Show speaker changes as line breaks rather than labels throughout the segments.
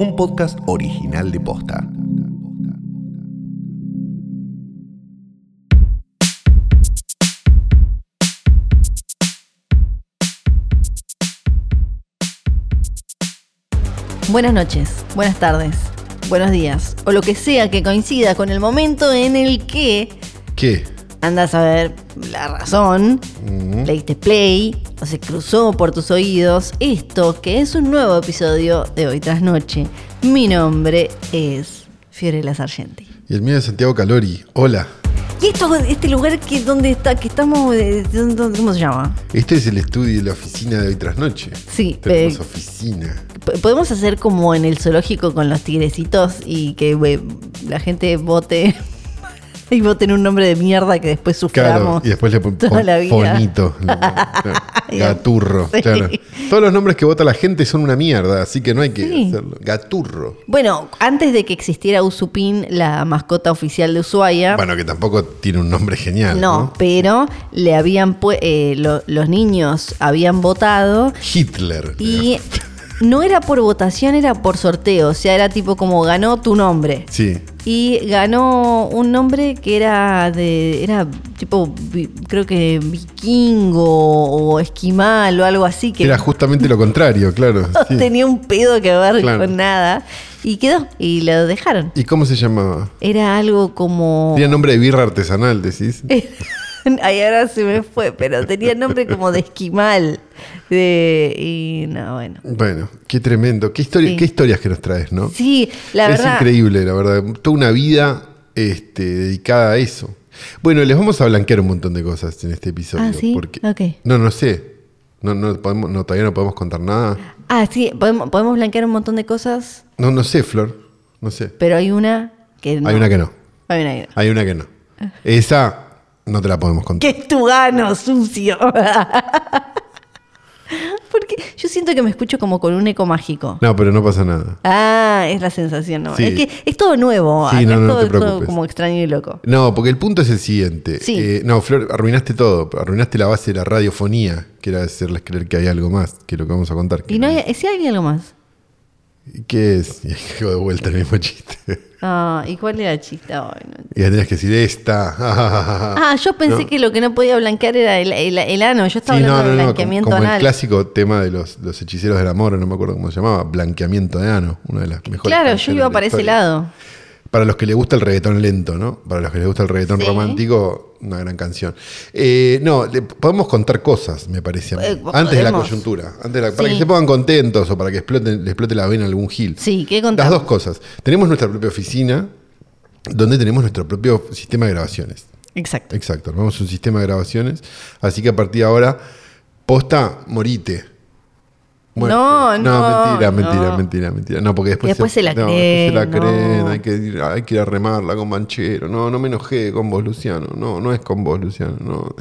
un podcast original de Posta.
Buenas noches, buenas tardes, buenos días, o lo que sea que coincida con el momento en el que
¿Qué?
andas a ver la razón,
Mm.
le diste play o se cruzó por tus oídos esto que es un nuevo episodio de Hoy tras Noche. Mi nombre es Fiorella Sargenti.
Y el mío es Santiago Calori. Hola.
Y esto, este lugar que donde está, que estamos, eh, ¿dónde- ¿cómo se llama?
Este es el estudio y la oficina de hoy tras noche.
Sí,
Esta hermosa
eh,
oficina.
P- Podemos hacer como en el zoológico con los tigrecitos y que we- la gente vote y voten un nombre de mierda que después
Claro,
suframos.
y después le pon-
toda la
pon-
vida.
Fonito. le pon- claro,
Dios.
Gaturro.
Sí.
Claro. Todos los nombres que vota la gente son una mierda, así que no hay que
Sí.
hacerlo. Gaturro.
Bueno, antes de que existiera Usupin, la mascota oficial de Ushuaia,
Bueno, que tampoco tiene un nombre genial.
no,
No.
pero le habían pu- eh, lo- los niños habían votado
Hitler.
y no era por votación, era por sorteo, o sea, era tipo como ganó tu nombre.
Sí.
Y ganó un nombre que era de. Era tipo, vi- creo que vikingo o esquimal o algo así, que
Era justamente lo contrario, claro.
no
sí.
tenía un pedo que ver
Claro.
con nada. Y quedó, y lo dejaron.
¿Y cómo se llamaba?
Era algo como.
Tenía nombre de birra artesanal, decís.
Eh. Ay, ahora se me fue, pero tenía nombre como de esquimal. De, y no, bueno.
Bueno, qué tremendo. Qué, historia,
Sí.
qué historias que nos traes, ¿no?
Sí, la
es
verdad.
increíble, la verdad. Toda una vida este, dedicada a eso. Bueno, les vamos a blanquear un montón de cosas en este episodio.
Ah, ¿sí?
porque-
Ok.
No, no sé. No, no, podemos, no, todavía no podemos contar nada.
Ah, sí, podemos, podemos blanquear un montón de cosas,
No, no sé, Flor. No sé.
pero hay una que no.
Hay una que no.
Hay una que no.
Hay una que no. Esa no te la podemos
¿Qué
contar.
es tu gano, sucio? Porque yo siento que me escucho como con un eco mágico.
No, pero no pasa nada.
Ah, es la sensación, ¿no?
Sí.
Es que es todo nuevo.
Sí,
Acá
no,
es
no, no
todo,
te
es todo
preocupes.
como extraño y loco.
No, porque el punto es el siguiente.
Sí.
Eh, no, Flor, arruinaste todo. Arruinaste la base de la radiofonía, que era hacerles creer que hay algo más que lo que vamos a contar. que
Y no hay, si hay algo más.
¿Qué es? Y hago de vuelta el mismo chiste.
Ah, ¿y cuál era el chiste? Ay, no.
Y ya tenías que decir esta. Ah,
Ah, yo pensé que lo que no podía blanquear era el, el- el ano. Yo estaba
Sí,
hablando
no, no,
de
no, como,
blanqueamiento
como el
anal.
clásico tema de los, los hechiceros del amor, no me acuerdo cómo se llamaba, blanqueamiento de ano, una de las mejores.
Claro, yo
canciones
iba
de
para
la
ese
historia.
lado.
Para los que les gusta el reggaetón lento, ¿no? Para los que les gusta el reggaetón
Sí.
romántico, una gran canción. Eh, no, le- podemos contar cosas, me parece a mí,
Eh,
antes de la
podemos.
coyuntura, antes de la- para
Sí.
que se pongan contentos o para que exploten, le explote la vena a algún gil.
Sí, ¿qué
Las
contamos?
dos cosas. Tenemos nuestra propia oficina, donde tenemos nuestro propio sistema de grabaciones.
Exacto.
Exacto, armamos un sistema de grabaciones. Así que a partir de ahora, posta, morite. Muerte.
No, no,
mentira, mentira,
no.
mentira, mentira. No, porque después,
Después se la
no,
creen,
después se la creen,
no.
Hay, que ir, hay que ir a remarla con Manchero. No, no me enojé con vos, Luciano. No, no es con vos, Luciano. No.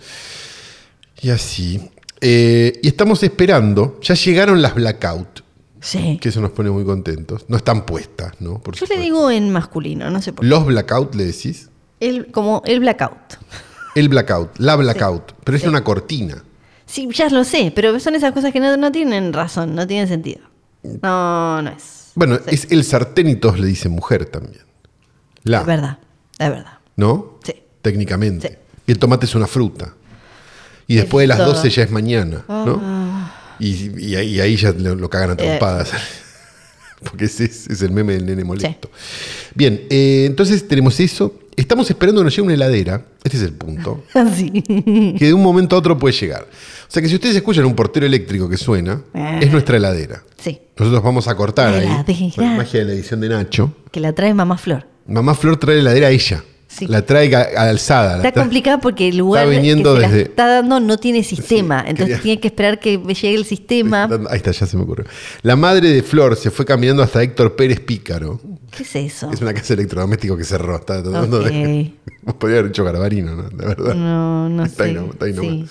Y así. Eh, y estamos esperando. Ya llegaron las blackout,
Sí.
que eso nos pone muy contentos. No están puestas, ¿no? Por
Yo le
supuesto.
digo en masculino, no sé por qué.
Los blackout, le decís.
El, como el blackout.
El blackout, la blackout. Pero es una cortina.
Sí, ya lo sé, pero son esas cosas que no, no tienen razón, no tienen sentido. No, no es.
Bueno,
Sí.
es el sartén y todos le dicen mujer también. La,
Es verdad, es verdad.
¿no?
Sí.
Técnicamente.
Sí.
Y el tomate es una fruta. Y después de las
todo. Ah.
12 ya es mañana, ¿no? Y, y ahí- y ahí ya lo, lo
Eh.
cagan a trompadas. Porque ese es, es el meme del nene molesto. Bien, eh, entonces tenemos eso. Estamos esperando que nos llegue una heladera. Este es el punto.
Sí.
que de un momento a otro puede llegar. O sea que si ustedes escuchan un portero eléctrico que suena,
Ah.
es nuestra heladera.
Sí,
Nosotros vamos a cortar ahí.
Heladera.
Con la magia de la edición de Nacho.
que la trae mamá Flor.
Mamá Flor trae la heladera a ella.
Sí.
La trae a- a la alzada. la
Está
trae-
complicado porque el lugar
Está viniendo
que se la
desde-
está dando no tiene sistema,
Sí,
entonces
quería-
tiene que esperar que llegue el sistema.
Ahí está, ya se me ocurrió. La madre de Flor se fue caminando hasta Héctor Pérez Pícaro.
¿Qué es eso?
Es una casa de electrodoméstico que cerró. Está tratando de- Podría haber hecho Garbarino, ¿no? De verdad.
No, no
Está ahí
sé.
nomás, está ahí
Mm, Sí.
nomás.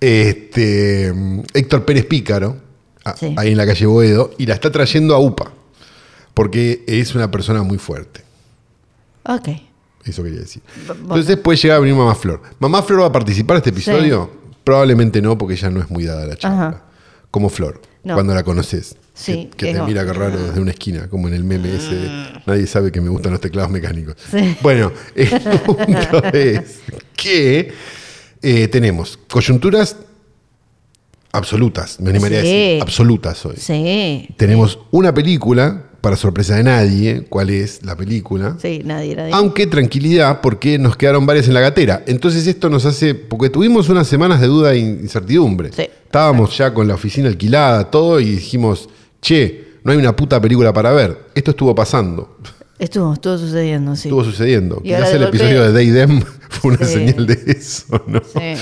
Este, mm, Héctor Pérez Pícaro, a-
Sí.
ahí en la calle Boedo, y la está trayendo a UPA, porque es una persona muy fuerte.
Ok.
Eso quería decir.
bueno.
Entonces puede llegar a venir Mamá Flor. ¿Mamá Flor va a participar en este episodio? Probablemente no, porque ella no es muy dada a la charla.
Ajá.
Como Flor.
No.
cuando la conoces.
Sí,
que, que
que
te
no.
mira raro desde una esquina, como en el meme ese. de, Nadie sabe que me gustan los teclados mecánicos.
Sí.
Bueno, el punto es que eh, tenemos coyunturas absolutas, me animaría
Sí.
a decir, absolutas hoy.
Sí.
Tenemos una película, para sorpresa de nadie, cuál es la película.
Sí, nadie era de
Aunque tranquilidad, porque nos quedaron varias en la gatera. Entonces esto nos hace, porque tuvimos unas semanas de duda e incertidumbre.
Sí.
Estábamos ya con la oficina alquilada, todo, y dijimos, che, no hay una puta película para ver. Esto estuvo pasando,
Estuvo, estuvo sucediendo, sí.
estuvo sucediendo.
Y ahora
Quizás
de
el
golpe-
episodio de Day Dem fue una
Sí.
señal de eso, ¿no?
Sí.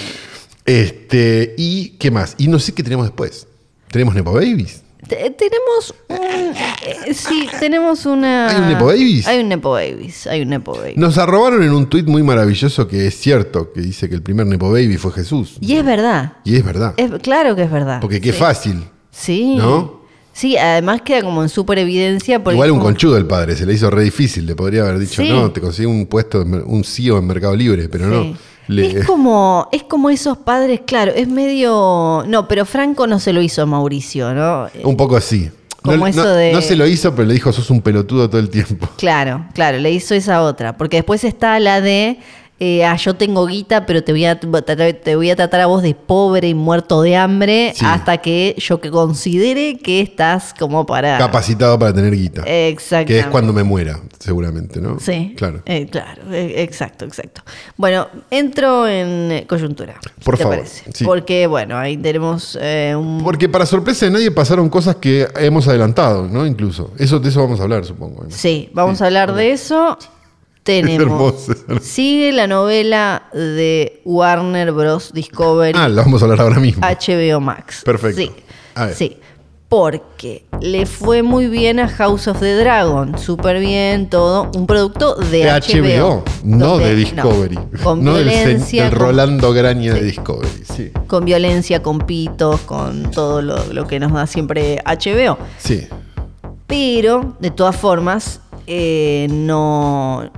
Este, ¿y qué más? Y no sé qué tenemos después. ¿Tenemos Nepo Babies?
Te- Tenemos un- eh, sí, tenemos una.
¿Hay un Nepo Babies?
Hay un Nepo Babies. Hay un Nepo Babies.
Nos arrobaron en un tuit muy maravilloso que es cierto, que dice que el primer Nepo Baby fue Jesús.
Y es verdad.
Y es verdad.
Es, claro que es verdad.
Porque qué fácil.
Sí.
¿No?
Sí, además queda como en súper evidencia. porque
Igual un
como-
conchudo el padre, se le hizo re difícil, le podría haber dicho,
Sí.
no, te conseguí un puesto, en mer- un CEO en Mercado Libre, pero
Sí.
no. Le-
Es como, es como esos padres, claro, es medio. No, pero Franco no se lo hizo a Mauricio, ¿no? Eh,
un poco así.
Como
no,
eso
no-
de-
no se lo hizo, pero le dijo, sos un pelotudo todo el tiempo.
Claro, claro, le hizo esa otra. Porque después está la de. eh, ah, yo tengo guita, pero te voy, a, te voy a tratar a vos de pobre y muerto de hambre
Sí.
hasta que yo que considere que estás como para.
Capacitado para tener guita.
Exactamente.
Que es cuando me muera, seguramente, ¿no?
Sí.
Claro.
Eh, claro, eh, exacto, exacto. Bueno, entro en eh, coyuntura. si
Por
te
favor,
parece.
sí.
Porque, bueno, ahí tenemos eh, un.
Porque para sorpresa de nadie pasaron cosas que hemos adelantado, ¿no? Incluso. Eso, de eso vamos a hablar, supongo. ¿no?
Sí, vamos a hablar de eso. Tenemos.
hermoso esa novela.
Sigue la novela de Warner Bros. Discovery,
Ah, la vamos a hablar ahora mismo.
HBO Max.
Perfecto.
Sí.
A ver.
sí. Porque le fue muy bien a House of the Dragon, súper bien, todo. Un producto de,
De
HBO.
HBO, no
donde-
de Discovery.
con
no del, sen-
violencia.
del
con-
Rolando Graña de Discovery, sí.
con violencia, con pitos, con todo lo, lo que nos da siempre HBO.
Sí.
Pero, de todas formas, eh, no.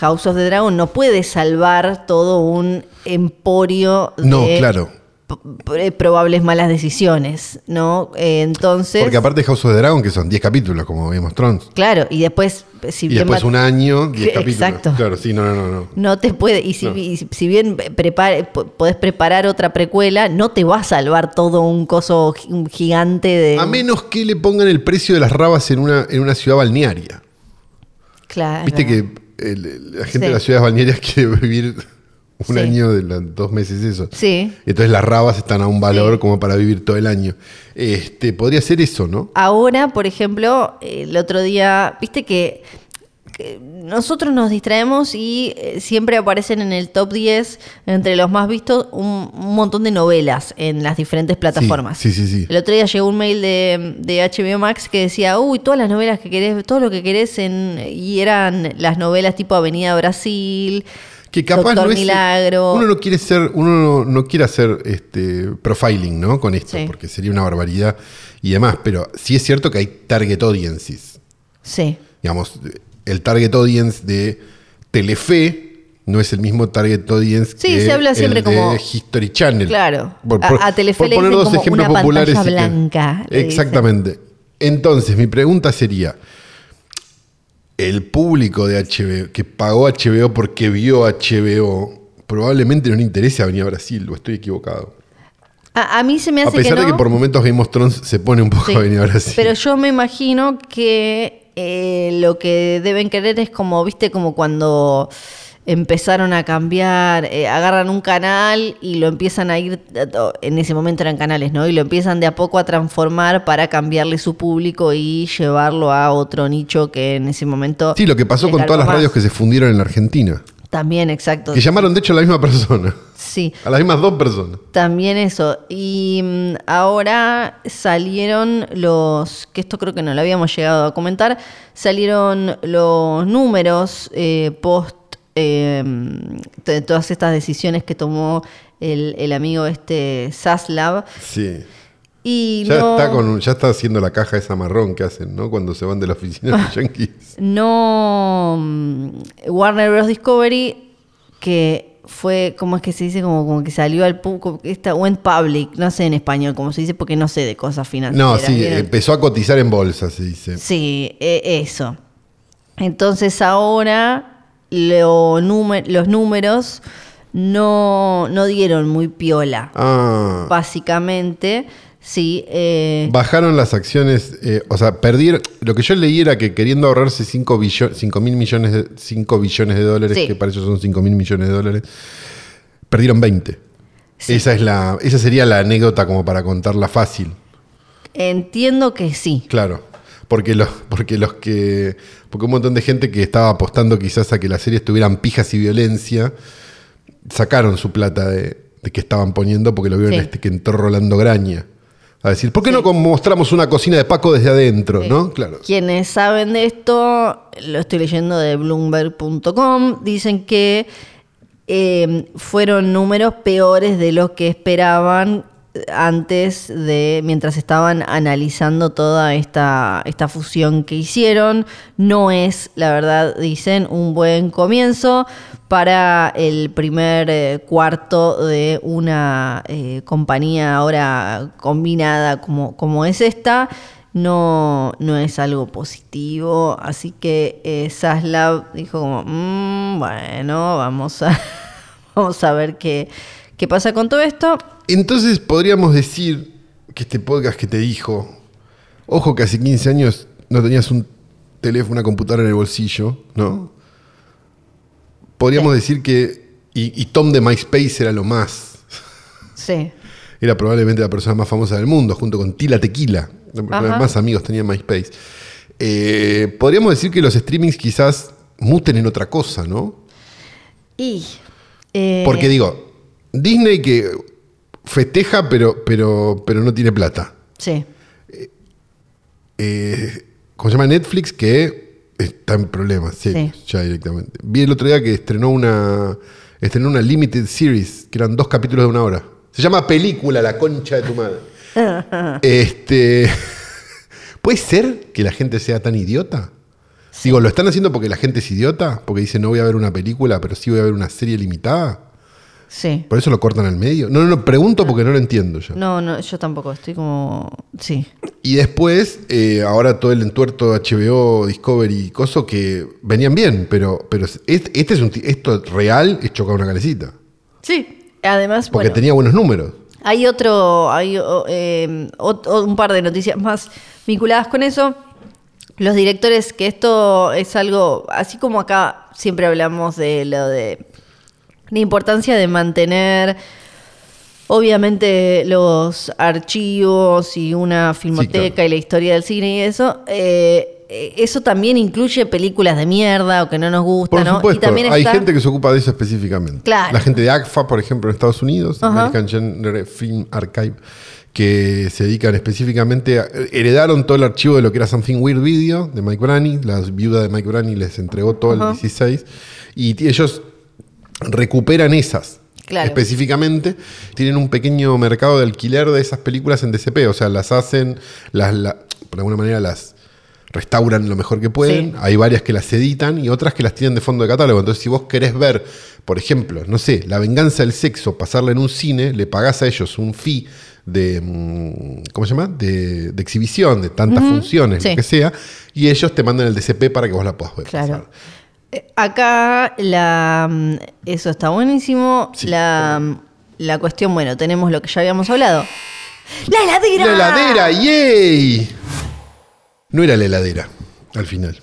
House of the Dragon no puede salvar todo un emporio
No,
de
claro.
p- p- eh, probables malas decisiones, ¿no? Eh, entonces.
Porque aparte House of the Dragon, que son 10 capítulos, como vimos Thrones.
claro, y después. eh, Si
Y
bien
después
va-
un año, 10 capítulos.
Exacto.
Claro, sí, no, no, no. no.
No te puede. Y si,
No.
y si bien prepar- po- podés preparar otra precuela, no te va a salvar todo un coso gi- un gigante de.
A menos que le pongan el precio de las rabas en una, en una ciudad balnearia.
Claro.
Viste que el- la
Sí.
gente de las ciudades balnearias quiere vivir un
Sí.
año de los dos meses eso.
Sí.
Entonces las rabas están a un valor
Sí.
como para vivir todo el año. Este, podría ser eso, ¿no?
Ahora, por ejemplo, el otro día, viste que, que nosotros nos distraemos y eh, siempre aparecen en el top 10, entre los más vistos, un, un montón de novelas en las diferentes plataformas.
sí, sí, sí.
El otro día llegó un mail de, de HBO Max que decía, uy, todas las novelas que querés, todo lo que querés, en, y eran las novelas tipo Avenida Brasil,
Que capaz
Doctor
no es,
Milagro.
Uno no quiere ser, uno no, no quiere hacer este profiling, ¿no? Con esto,
Sí.
porque sería una barbaridad y demás. Pero sí es cierto que hay target audiences.
Sí,
Digamos, el target audience de Telefe no es el mismo target audience
Sí,
que
se habla siempre
el
como-
de History Channel.
Claro.
Por-
A-
por-
a Telefe
por
le
poner
dicen
dos
como
ejemplos
una
populares
pantalla
y que-
blanca, le dicen.
Exactamente. Entonces, mi pregunta sería el público de HBO, que pagó HBO porque vio HBO, probablemente no le interese venir a Brasil, o estoy equivocado.
a, a mí se me hace
A pesar
que no.
de que por momentos Game of Thrones se pone un poco
Sí.
a venir a Brasil.
Pero yo me imagino que eh, lo que deben querer es como, viste, como cuando empezaron a cambiar, eh, agarran un canal y lo empiezan a ir, o en ese momento eran canales, ¿no? Y lo empiezan de a poco a transformar para cambiarle su público y llevarlo a otro nicho que en ese momento...
sí, lo que pasó
le
con
cargó
todas las
más.
radios que se fundieron en la Argentina.
También, exacto.
Que llamaron de hecho a la misma persona.
Sí.
A las mismas dos personas.
También eso. Y mm, ahora salieron los, que esto creo que no lo habíamos llegado a comentar, salieron los números eh, post eh, de todas estas decisiones que tomó el, el amigo este Zaslav.
Sí.
Y
Ya,
no,
está con, un- ya está haciendo la caja esa marrón que hacen, ¿no? Cuando se van de la oficina de los yankees.
no mm, Warner Bros. Discovery, que fue, ¿cómo es que se dice? Como, como que salió al público, esta went public, no sé en español cómo se dice, porque no sé de cosas financieras.
No, sí, eh,
¿vieron?
empezó a cotizar en bolsa, se dice.
Sí, eh, eso. Entonces ahora lo nume- los números no, no dieron muy piola.
Ah.
Básicamente, sí. eh,
Bajaron las acciones, eh, o sea, perdieron. Lo que yo leí era que queriendo ahorrarse 5 mil millones, de- cinco billones de dólares,
Sí.
que para ellos son 5 mil millones de dólares, perdieron 20.
Sí.
Esa, es la, esa sería la anécdota como para contarla fácil,
entiendo que sí.
claro. Porque los, porque los que. Porque un montón de gente que estaba apostando quizás a que las series tuvieran pijas y violencia, sacaron su plata de, de que estaban poniendo porque lo vieron
Sí.
este que entró Rolando Graña. A decir, ¿por qué no como mostramos una cocina de Paco desde adentro? ¿No? Claro.
Quienes saben de esto, lo estoy leyendo de bloomberg.com, dicen que eh, fueron números peores de los que esperaban antes de, mientras estaban analizando toda esta, esta fusión que hicieron. No es, la verdad, dicen, un buen comienzo para el primer eh, cuarto de una eh, compañía ahora combinada como, como es esta no, no es algo positivo. Así que eh, Zaslav dijo como, "Mm, bueno, vamos a, vamos a ver qué, qué pasa con todo esto.
Entonces podríamos decir que este podcast que te dijo, ojo que hace 15 años no tenías un teléfono, una computadora en el bolsillo, ¿no? Podríamos decir que, y, y Tom de MySpace era lo más,
Sí,
era probablemente la persona más famosa del mundo, junto con Tila Tequila, la persona
Ajá.
que más amigos tenía en MySpace. Eh, podríamos decir que los streamings quizás muten en otra cosa, ¿no?
y... eh,
Porque digo, Disney que festeja pero, pero, pero no tiene plata.
Sí,
eh, ¿cómo se llama? Netflix, que está en problemas, serios,
Sí.
ya directamente. Vi el otro día que estrenó una, estrenó una limited series, que eran dos capítulos de una hora. Se llama Película, la concha de tu madre. este, ¿Puede ser que la gente sea tan idiota? Digo, ¿lo están haciendo porque la gente es idiota? Porque dice, no voy a ver una película, pero sí voy a ver una serie limitada.
sí.
¿Por eso lo cortan al medio? No, no, no, pregunto porque no lo entiendo ya.
No, no, yo tampoco, estoy como... Sí,
Y después, eh, ahora todo el entuerto de HBO, Discovery y Coso, que venían bien, pero, pero es- este es un, ti- esto real es chocar una calecita.
sí. Además,
Porque
bueno,
tenía buenos números.
hay otro, hay o- eh, ot- o- un par de noticias más vinculadas con eso. Los directores, que esto es algo, así como acá siempre hablamos de lo de la importancia de mantener, obviamente, los archivos y una filmoteca
claro.
y la historia del cine y eso. eh, eh, eso también incluye películas de mierda o que no nos
Por
gustan, ¿no?
supuesto,
y también
hay
está-
gente que se ocupa de eso específicamente.
Claro.
La gente de ACFA, por ejemplo, en Estados Unidos,
Ajá.
American Genre Film Archive, que se dedican específicamente a- heredaron todo el archivo de lo que era Something Weird Video de Mike Brani, la viuda de Mike Brani les entregó todo
Ajá.
el 16 y t- ellos recuperan esas.
Claro.
Específicamente, tienen un pequeño mercado de alquiler de esas películas en DCP, o sea, las hacen, las, la- por alguna manera las restauran lo mejor que pueden,
Sí.
hay varias que las editan y otras que las tienen de fondo de catálogo. Entonces, si vos querés ver, por ejemplo, no sé, La venganza del sexo, pasarla en un cine, le pagás a ellos un fee de, mm, ¿cómo se llama? De, de exhibición, de tantas funciones,
Sí.
lo que sea, y ellos te mandan el DCP para que vos la puedas ver.
Claro.
pasar.
Eh, Acá la mm, eso está buenísimo.
Sí.
la, mm, la cuestión, bueno, tenemos lo que ya habíamos hablado. ¡La heladera!
La heladera, yay. No era la heladera, al final.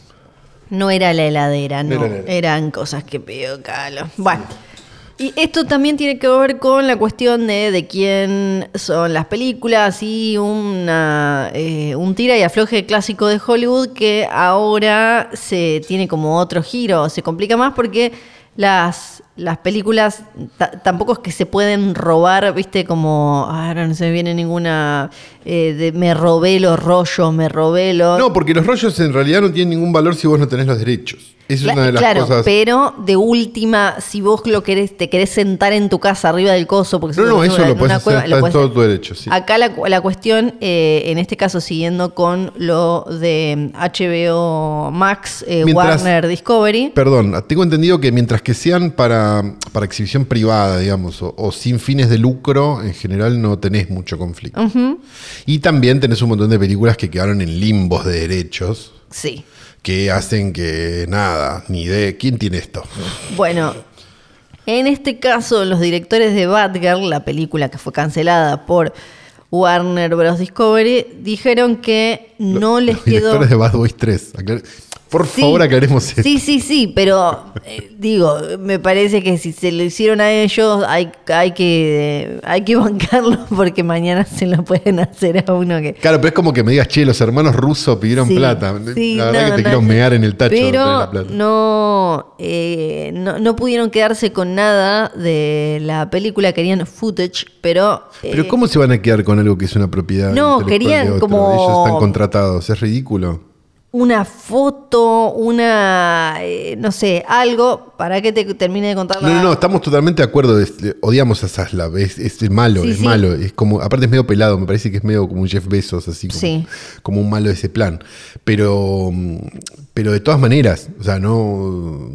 No era la heladera,
No
no.
era la heladera.
Eran cosas que pidió Calo. Bueno. Y esto también tiene que ver con la cuestión de, de quién son las películas y una, eh, un tira y afloje clásico de Hollywood que ahora se tiene como otro giro, se complica más porque las, las películas ta- tampoco es que se pueden robar, viste, como "Ah, ahora no se me viene ninguna eh, de me robé los rollos, me robé los...
No, porque los rollos en realidad no tienen ningún valor si vos no tenés los derechos. Es una de las
claro,
cosas.
pero de última, si vos lo querés, te querés sentar en tu casa arriba del coso, porque
No,
si
no,
tenés
eso
una-
lo
en
puedes
una
hacer,
cueva,
está
lo
en
podés
todo
hacer.
tu derecho, sí.
Acá la, cu- la cuestión, eh, en este caso, siguiendo con lo de HBO Max, eh,
Mientras-
Warner Discovery.
Perdón, tengo entendido que mientras que sean para, para exhibición privada, digamos, o, o sin fines de lucro, en general no tenés mucho conflicto. Y también tenés un montón de películas que quedaron en limbos de derechos,
Sí.
que hacen que nada, ni de quién tiene esto.
Bueno, en este caso, los directores de Batgirl, la película que fue cancelada por Warner Bros. Discovery, dijeron que no les
Los
quedó.
directores de Bad Boys 3. aclar- Por
Sí.
favor, aclaremos esto.
Sí, sí, sí, pero eh, digo, me parece que si se lo hicieron a ellos hay, hay, que, eh, hay que bancarlo porque mañana se lo pueden hacer a uno que...
Claro, pero es como que me digas, che, los hermanos rusos pidieron
Sí,
plata.
sí,
la verdad
no,
que te
no,
quiero
no.
mear en el tacho. de tener
Pero
la plata.
no, eh, no, no pudieron quedarse con nada de la película, querían footage, pero... eh,
Pero ¿cómo se van a quedar con algo que es una propiedad?
No,
intelectual
querían
de otro?
como-
Ellos están contratados, es ridículo.
una foto, una... eh, no sé, algo, para que te termine de contar
No,
la...
no, no, estamos totalmente de acuerdo. es- odiamos a Zaslav, es, es malo,
Sí,
es
sí.
malo. Es como, aparte es medio pelado, me parece que es medio como un Jeff Bezos, así como,
Sí.
como un malo de ese plan. Pero, mm, pero de todas maneras, o sea, no,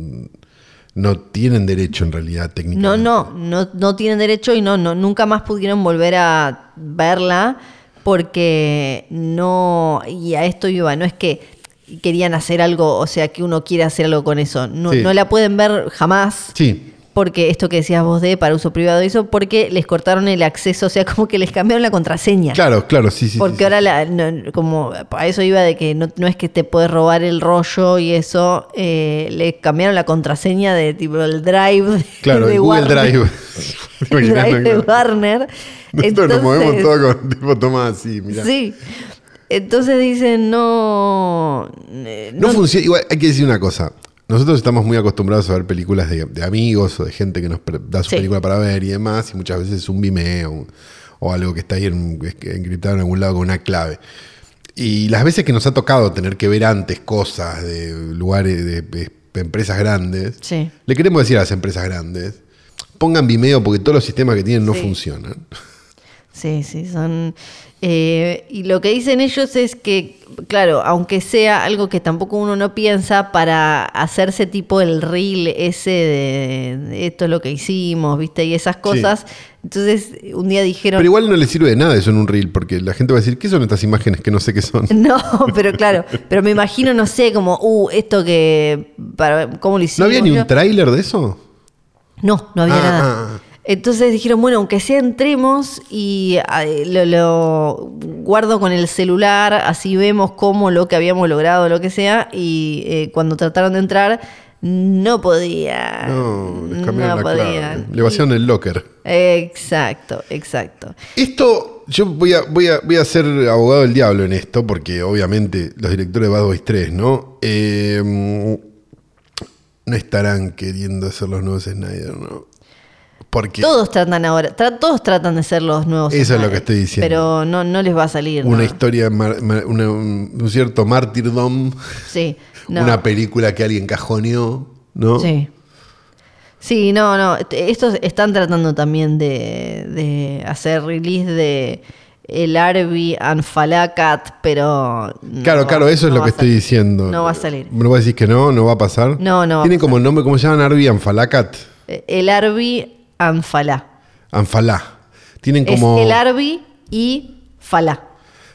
no tienen derecho en realidad técnicamente.
No, no, no, no tienen derecho y no, no, nunca más pudieron volver a verla porque no, y a esto iba, no es que querían hacer algo, o sea, que uno quiere hacer algo con eso, no,
Sí.
no la pueden ver jamás.
Sí,
Porque esto que decías vos de para uso privado hizo, porque les cortaron el acceso, o sea, como que les cambiaron la contraseña.
claro, claro, sí, sí.
Porque
sí,
ahora, la- no- como a eso iba de que no, no es que te puedes robar el rollo y eso, eh, le cambiaron la contraseña de tipo el drive. de-
sí. Claro,
de
el Google
Warner.
Drive.
El
Imaginando
drive de
que-
Warner.
Nosotros nos movemos
Entonces,
todo con tipo Tomás así, mirá.
Sí. Entonces dicen, no. eh,
No,
no-
funciona. Igual hay que decir una cosa. Nosotros estamos muy acostumbrados a ver películas de, de amigos o de gente que nos pre- da su
Sí.
película para ver y demás, y muchas veces es un Vimeo un- o algo que está ahí en- encriptado en algún lado con una clave. Y las veces que nos ha tocado tener que ver antes cosas de lugares, de, de empresas grandes,
Sí.
le queremos decir a las empresas grandes, pongan Vimeo porque todos los sistemas que tienen no
Sí.
funcionan.
Sí, sí, son. eh, y lo que dicen ellos es que, claro, aunque sea algo que tampoco uno no piensa, para hacerse tipo el reel ese de, de esto es lo que hicimos, ¿viste? Y esas cosas. Entonces, un día dijeron.
Pero igual no les sirve de nada eso en un reel, porque la gente va a decir, ¿qué son estas imágenes que no sé qué son?
No, pero claro, pero me imagino, no sé, como, uh, esto que, para, ¿cómo lo
¿No
hicimos?
había ni un tráiler de eso?
No, no había
Ah,
nada.
ah, ah.
Entonces dijeron, bueno, aunque sea entremos y ah, eh, lo, lo guardo con el celular, así vemos cómo lo que habíamos logrado, lo que sea, y eh, cuando trataron de entrar, no podía.
No, les cambiaron la clave.
podían.
Le vaciaron el locker.
Exacto, exacto.
Esto, yo voy a, voy, a, voy a ser abogado del diablo en esto, porque obviamente los directores de Bad Boys 3, ¿no? Eh, no estarán queriendo hacer los nuevos Snyder, ¿no? Porque
Todos tratan ahora, tra- todos tratan de ser los nuevos.
Eso es lo
Snyder,
que estoy diciendo.
Pero no, no les va a salir.
una
no.
historia, mar- mar- una- un un cierto martyrdom,
Sí, no.
una película que alguien cajoneó, ¿no?
Sí. Sí, no, no. Est- Estos están tratando también de, de hacer release de el Arby and Falacat, pero. no
Claro,
va-
claro, eso es
no
lo
va
que
a
estoy
salir.
diciendo.
No va a salir.
¿No vos decís que no? ¿No va a pasar?
No, no va a
Tiene como nombre, ¿cómo se llaman? Arby Anfalacat.
Eh, El Arby and Falá.
Anfalá. Tienen como.
Es el Arby y Falá.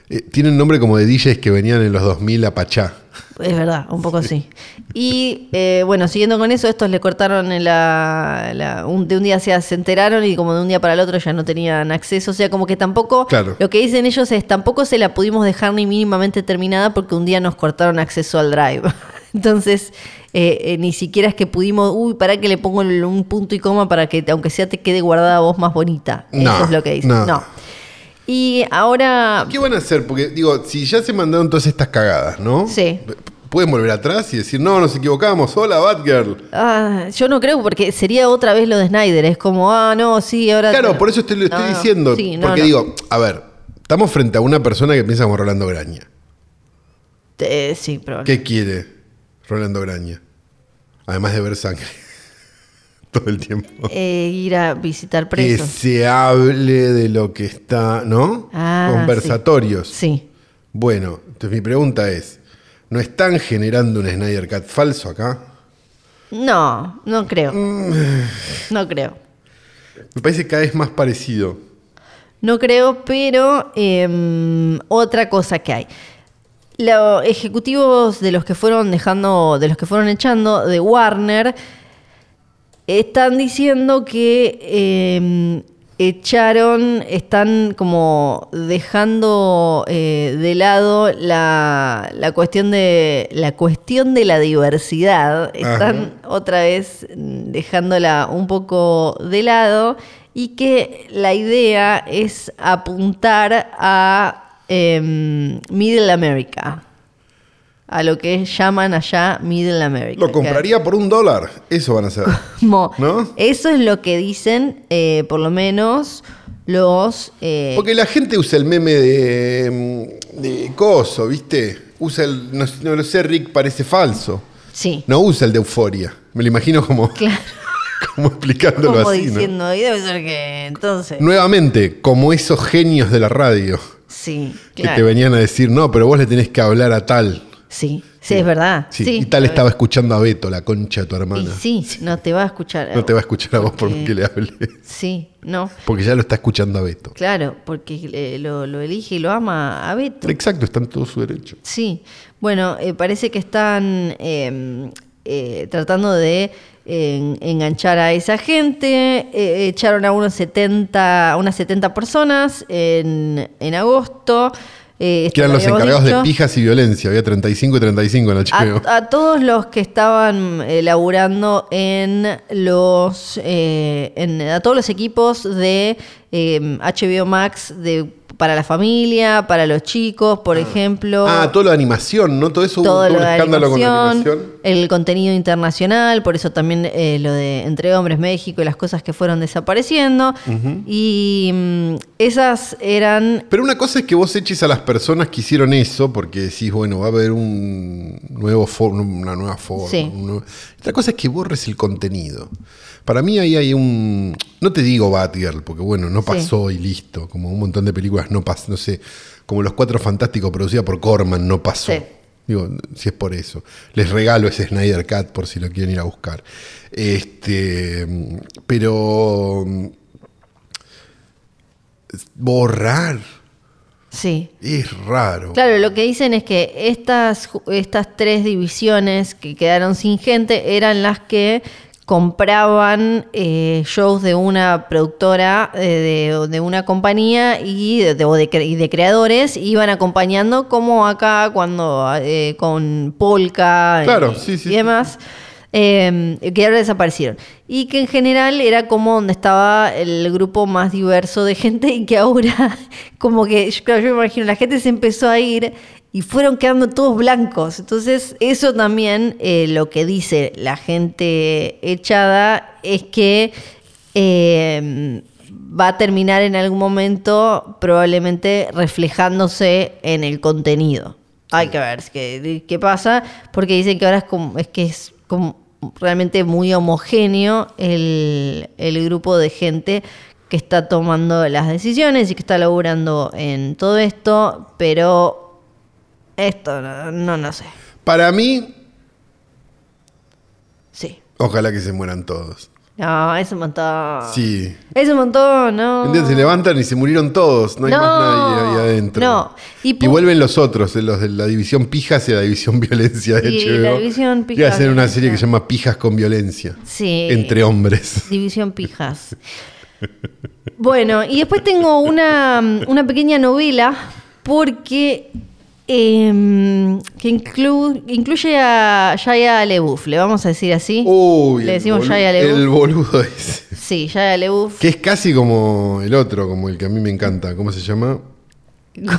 eh, tienen nombre como de DJs que venían en los 2000 a Pachá.
Es verdad, un poco sí. Y eh, bueno, siguiendo con eso, estos le cortaron en la, la- un- de un día hacia- se enteraron y como de un día para el otro ya no tenían acceso. O sea, como que tampoco,
Claro.
lo que dicen ellos es, tampoco se la pudimos dejar ni mínimamente terminada porque un día nos cortaron acceso al drive. Entonces, eh, eh, ni siquiera es que pudimos, uy, para que le pongo el- un punto y coma para que, aunque sea, te quede guardada vos más bonita.
No,
eso es lo que dicen.
no.
No. Y ahora...
¿Qué van a hacer? Porque, digo, si ya se mandaron todas estas cagadas, ¿no?
Sí.
P- Pueden volver atrás y decir, no, nos equivocamos, hola, Batgirl.
Ah, yo no creo porque sería otra vez lo de Snyder. Es como, ah, no, sí, ahora.
Claro, por eso te lo
No,
estoy
no.
diciendo.
Sí, no,
porque
no.
digo, a ver, estamos frente a una persona que piensa como Rolando Graña.
Eh, sí, probable.
¿Qué quiere Rolando Graña? Además de ver sangre. Todo el tiempo.
Eh, ir a visitar
Que
presos.
se hable de lo que está, ¿no?
Ah,
Conversatorios.
Sí.
Bueno, entonces mi pregunta es, ¿no están generando un Snyder Cat falso acá?
No, no creo.
Mm.
No creo.
Me parece cada vez más parecido.
No creo, pero em, otra cosa que hay. Los ejecutivos de los que fueron dejando, de los que fueron echando de Warner, están diciendo que em, echaron, están como dejando eh, de lado la, la cuestión de la cuestión de la diversidad. Están
Ajá.
otra vez mm, dejándola un poco de lado y que la idea es apuntar a em, Middle America, a lo que llaman allá Middle America.
Lo
que-
compraría por un dólar. Eso van a hacer.
Mo-
¿No?
Eso es lo que dicen, eh, por lo menos los... eh,
Porque la gente usa el meme de, mm, de Coso, ¿viste? Usa el, no, no lo sé, Rick, parece falso.
sí,
No usa el de euforia. Me lo imagino como,
claro.
como explicándolo
Como
así, ¿no?
diciendo, y debe ser que entonces...
Nuevamente, como esos genios de la radio
sí,
que te
claro.
venían a decir, no, pero vos le tenés que hablar a tal.
Sí, sí, es verdad.
Sí,
Sí,
y tal
lo-
estaba escuchando a Beto, la concha de tu hermana.
y sí, no te va a escuchar.
No te va a escuchar a vos por más
Porque-
que le hables.
Sí, no.
Porque ya lo está escuchando a Beto.
Claro, porque eh, lo, lo elige y lo ama a Beto.
Exacto, está en todo su derecho.
Sí, bueno, eh, parece que están eh, eh, tratando de eh, enganchar a esa gente. Eh, echaron a unos 70, a unas 70 personas en, en agosto. Eh, esto
Que eran
lo
los
habíamos
encargados
dicho. Ah,
de pijas y violencia. Había 35 y 35 en HBO.
A, a todos los que estaban eh, laburando en los eh, en- a todos los equipos de eh, HBO Max de para la familia, para los chicos, por ejemplo
Ah, todo lo de animación, ¿no? Todo eso hubo
todo
todo
lo
un
de
escándalo con la
animación,
animación.
el contenido internacional, por eso también eh, lo de Entre Hombres México y las cosas que fueron desapareciendo. Y mm, esas eran...
Pero una cosa es que vos eches a las personas que hicieron eso, porque decís, bueno, va a haber un nuevo for- una nueva forma.
Sí.
un nuevo- Otra cosa es que borres el contenido. Para mí ahí hay un... No te digo Batgirl, porque bueno, no
Sí.
pasó y listo. Como un montón de películas no pasó, no sé. Como Los Cuatro Fantásticos producida por Corman no pasó.
Sí.
Digo, si es por eso. Les regalo ese Snyder Cat por si lo quieren ir a buscar. Este, pero mm, borrar
Sí.
es raro.
Claro, lo que dicen es que estas, ju- estas tres divisiones que quedaron sin gente eran las que compraban eh, shows de una productora, eh, de, de una compañía y de, o de cre- y de creadores, y iban acompañando como acá cuando eh, con Polka y-
Claro, sí, sí,
y demás, eh, que ahora desaparecieron. Y que en general era como donde estaba el grupo más diverso de gente y que ahora, como que, yo, claro, yo me imagino, la gente se empezó a ir y fueron quedando todos blancos. Entonces, eso también eh, lo que dice la gente echada es que... eh, va a terminar en algún momento probablemente reflejándose en el contenido. Hay que ver qué, qué pasa, porque dicen que ahora es, como, es que es como realmente muy homogéneo el, el grupo de gente que está tomando las decisiones y que está laburando en todo esto, pero esto no, no, no sé.
Para mí,
Sí.
ojalá que se mueran todos.
No, es un montón.
Sí.
Es un montón, no.
Un día se levantan y se murieron todos. No hay
No,
más nadie ahí adentro.
no. Y
Y,
pu-
vuelven los otros, eh, los de la división pijas y la división violencia de
Y
HBO.
la división
Y
pijas,
hacen una serie que se
violencia.
llama Pijas con Violencia.
Sí.
Entre hombres.
División Pijas. Bueno, y después tengo una, una pequeña novela porque em, que inclu- incluye a Shia LeBouf, le vamos a decir así.
Uy,
le
el
decimos
bolu-
Shia LeBouf.
El boludo ese.
Sí, Shia LeBouf.
Que es casi como el otro, como el que a mí me encanta. ¿Cómo se llama?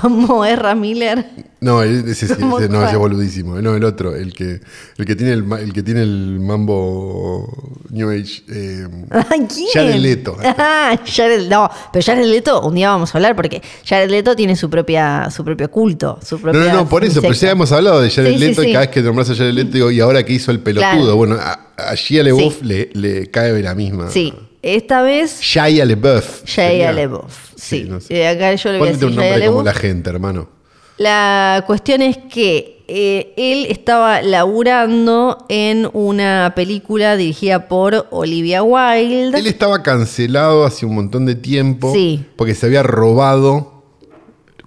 Como Erra Miller.
No, ese, sí,
¿Cómo
ese no,
cuál?
ese boludísimo. No, el otro, el que, el que tiene el, ma- el que tiene el mambo New Age. eh,
¿Quién?
Jared Leto.
Ah, Jared- no, pero Jared Leto, un día vamos a hablar porque Jared Leto tiene su propia, su propio culto, su
no,
propia.
no, no, por eso, pero ya
secta.
hemos hablado de Jared
Ah, Sí, sí,
Leto
sí.
y cada vez que nombras a Jared Leto digo, y ahora que hizo el pelotudo.
Claro.
Bueno, a, a Shia LeBeouf le, le cae la misma.
Sí, esta vez
Shia LeBeouf.
Shia
sería.
LeBeouf. Sí,
no sé.
Eh, acá yo le voy a
Ponte
decir
un
Shia
nombre como
LaBeouf.
la gente, hermano.
La cuestión es que eh, él estaba laburando en una película dirigida por Olivia Wilde.
Él estaba cancelado hace un montón de tiempo
Sí.
porque se había robado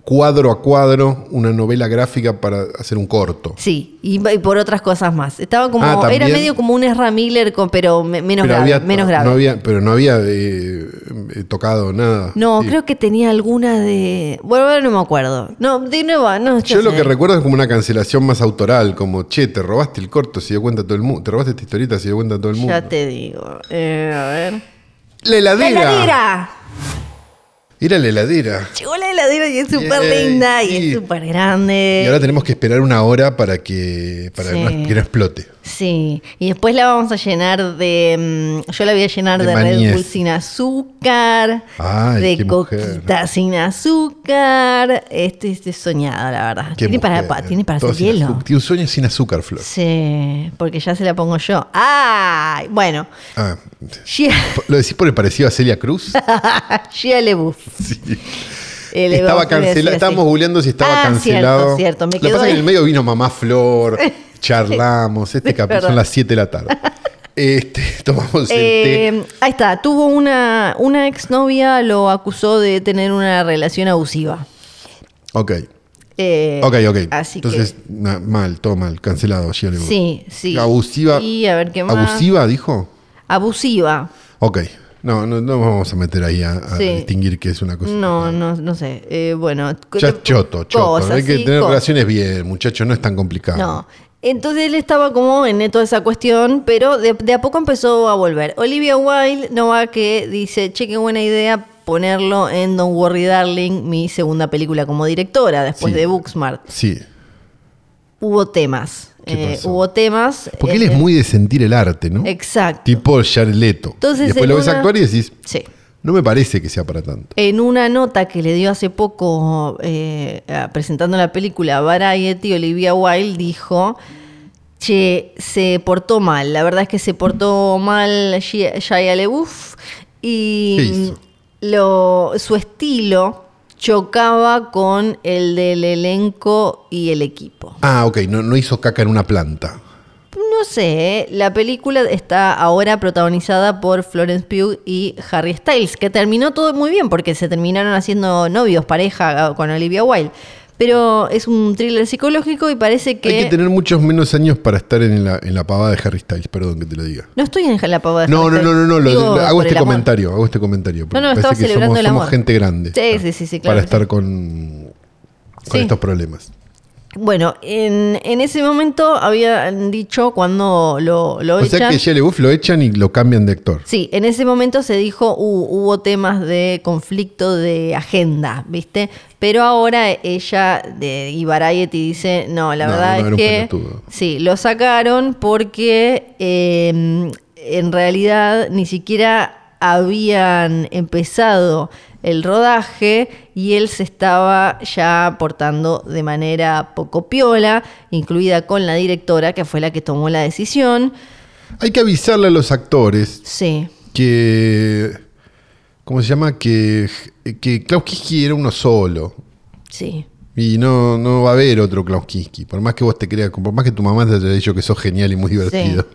cuadro a cuadro una novela gráfica para hacer un corto.
Sí, y, y por otras cosas más. Estaba como,
Ah, ¿también?
era medio como un Ezra Miller, con- pero me- menos
pero,
grave.
había,
menos grave.
No había, pero no había eh, eh, tocado nada.
No,
Sí.
creo que tenía alguna de. Bueno, ahora no me acuerdo. No, de nuevo, no.
Yo lo
sé.
que recuerdo es como una cancelación más autoral, como, che, te robaste el corto, se dio cuenta todo el mundo, te robaste esta historieta, se dio cuenta todo el mundo.
Ya te digo. Eh, a ver.
La
¡La
heladera.
heladera!
Era la heladera.
Llegó la heladera y es súper
Yay,
linda y
sí.
es súper grande.
Y ahora tenemos que esperar una hora para que, para
Sí.
no- que no explote.
Sí, y después la vamos a llenar de. mm, Yo la voy a llenar de,
De
Red
maníes.
Bull sin azúcar,
Ay,
de
qué mujer.
coquita sin azúcar. Este, Estoy, estoy soñada, la verdad.
Qué
Tiene para,
mujer,
pa- tiene para
todo
hacer
sin
hielo.
azúcar. Tiene un sueño sin azúcar, Flor.
Sí, porque ya se la pongo yo. ¡Ay! Bueno,
Ah,
Gia,
¿Lo decís por el parecido a Celia Cruz?
Gia LeBouf.
Sí.
Eh, le
estaba
vamos a decir
cancelado.
así.
Estábamos googleando si estaba
Ah,
cancelado.
Cierto, cierto. Me
Lo que
quedó
pasa es que
ahí.
en el medio vino Mamá Flor, charlamos. Este
Es
capítulo
verdad.
son las 7 de la tarde. Este, tomamos el té.
Eh, ahí está, tuvo una, una exnovia, lo acusó de tener una relación abusiva.
Ok,
Eh,
ok, ok.
Así
Entonces,
que.
na- mal, todo mal, cancelado. Shia LaBeouf.
Sí, sí.
Abusiva.
Y a ver qué más.
¿Abusiva, dijo?
Abusiva.
Ok. No, no, no vamos a meter ahí a, a
Sí.
distinguir qué es una cosa.
No, no, no sé. Eh, bueno.
Ya choto, choto.
cosas,
Hay que
sí,
tener
cosas.
relaciones bien, muchachos, no es tan complicado.
No. Entonces él estaba como en toda esa cuestión, pero de, de a poco empezó a volver. Olivia Wilde no va que dice, che, qué buena idea ponerlo en Don't Worry Darling, mi segunda película como directora, después
Sí.
de Booksmart.
Sí.
Hubo temas.
¿Qué
eh,
pasó?
hubo temas.
Porque él
eh,
es muy de sentir el arte, ¿no?
Exacto.
Tipo Jared Leto.
Entonces,
Después
en
lo ves
una-
actuar y decís,
Sí.
no me parece que sea para tanto.
En una nota que le dio hace poco eh, a- presentando la película a Variety, Olivia Wilde dijo, che, se portó mal, la verdad es que se portó mal Shia Shia LaBeouf
¿Qué
y
hizo?
lo, su estilo chocaba con el del elenco y el equipo.
Ah, ok, no, no hizo caca en una planta.
No sé, la película está ahora protagonizada por Florence Pugh y Harry Styles, que terminó todo muy bien porque se terminaron haciendo novios, pareja ah, con Olivia Wilde. Pero es un thriller psicológico y parece que.
Hay que tener muchos menos años para estar en la, en la pavada de Harry Styles, perdón que te lo diga.
No estoy en la pavada. de
No,
Harry
no, no,
Styles.
no, no, lo-
Digo,
lo- hago
por
este
el amor.
comentario, hago este comentario. porque
No, no,
me
estaba
parece que
celebrando
somos,
el
somos
amor.
gente grande.
Sí,
para-
sí, sí, sí, claro
Para
que
estar con, con
Sí.
estos problemas.
Bueno, en, en ese momento habían dicho cuando lo, lo
O sea
echan-
que Shia LaBeouf lo echan y lo cambian de actor.
Sí, en ese momento se dijo, "Uh, hubo temas de conflicto de agenda, ¿viste? Pero ahora ella de y Variety dice, no, la
No,
verdad
no, era
es
un
que
pelotudo.
sí, lo sacaron porque eh, en realidad ni siquiera habían empezado el rodaje y él se estaba ya portando de manera poco piola, incluida con la directora, que fue la que tomó la decisión.
Hay que avisarle a los actores
Sí.
que. ¿Cómo se llama? Que, que Klaus Kinski era uno solo.
Sí.
Y no, no va a haber otro Klaus Kinski. Por más que vos te creas, por más que tu mamá te haya dicho que sos genial y muy divertido.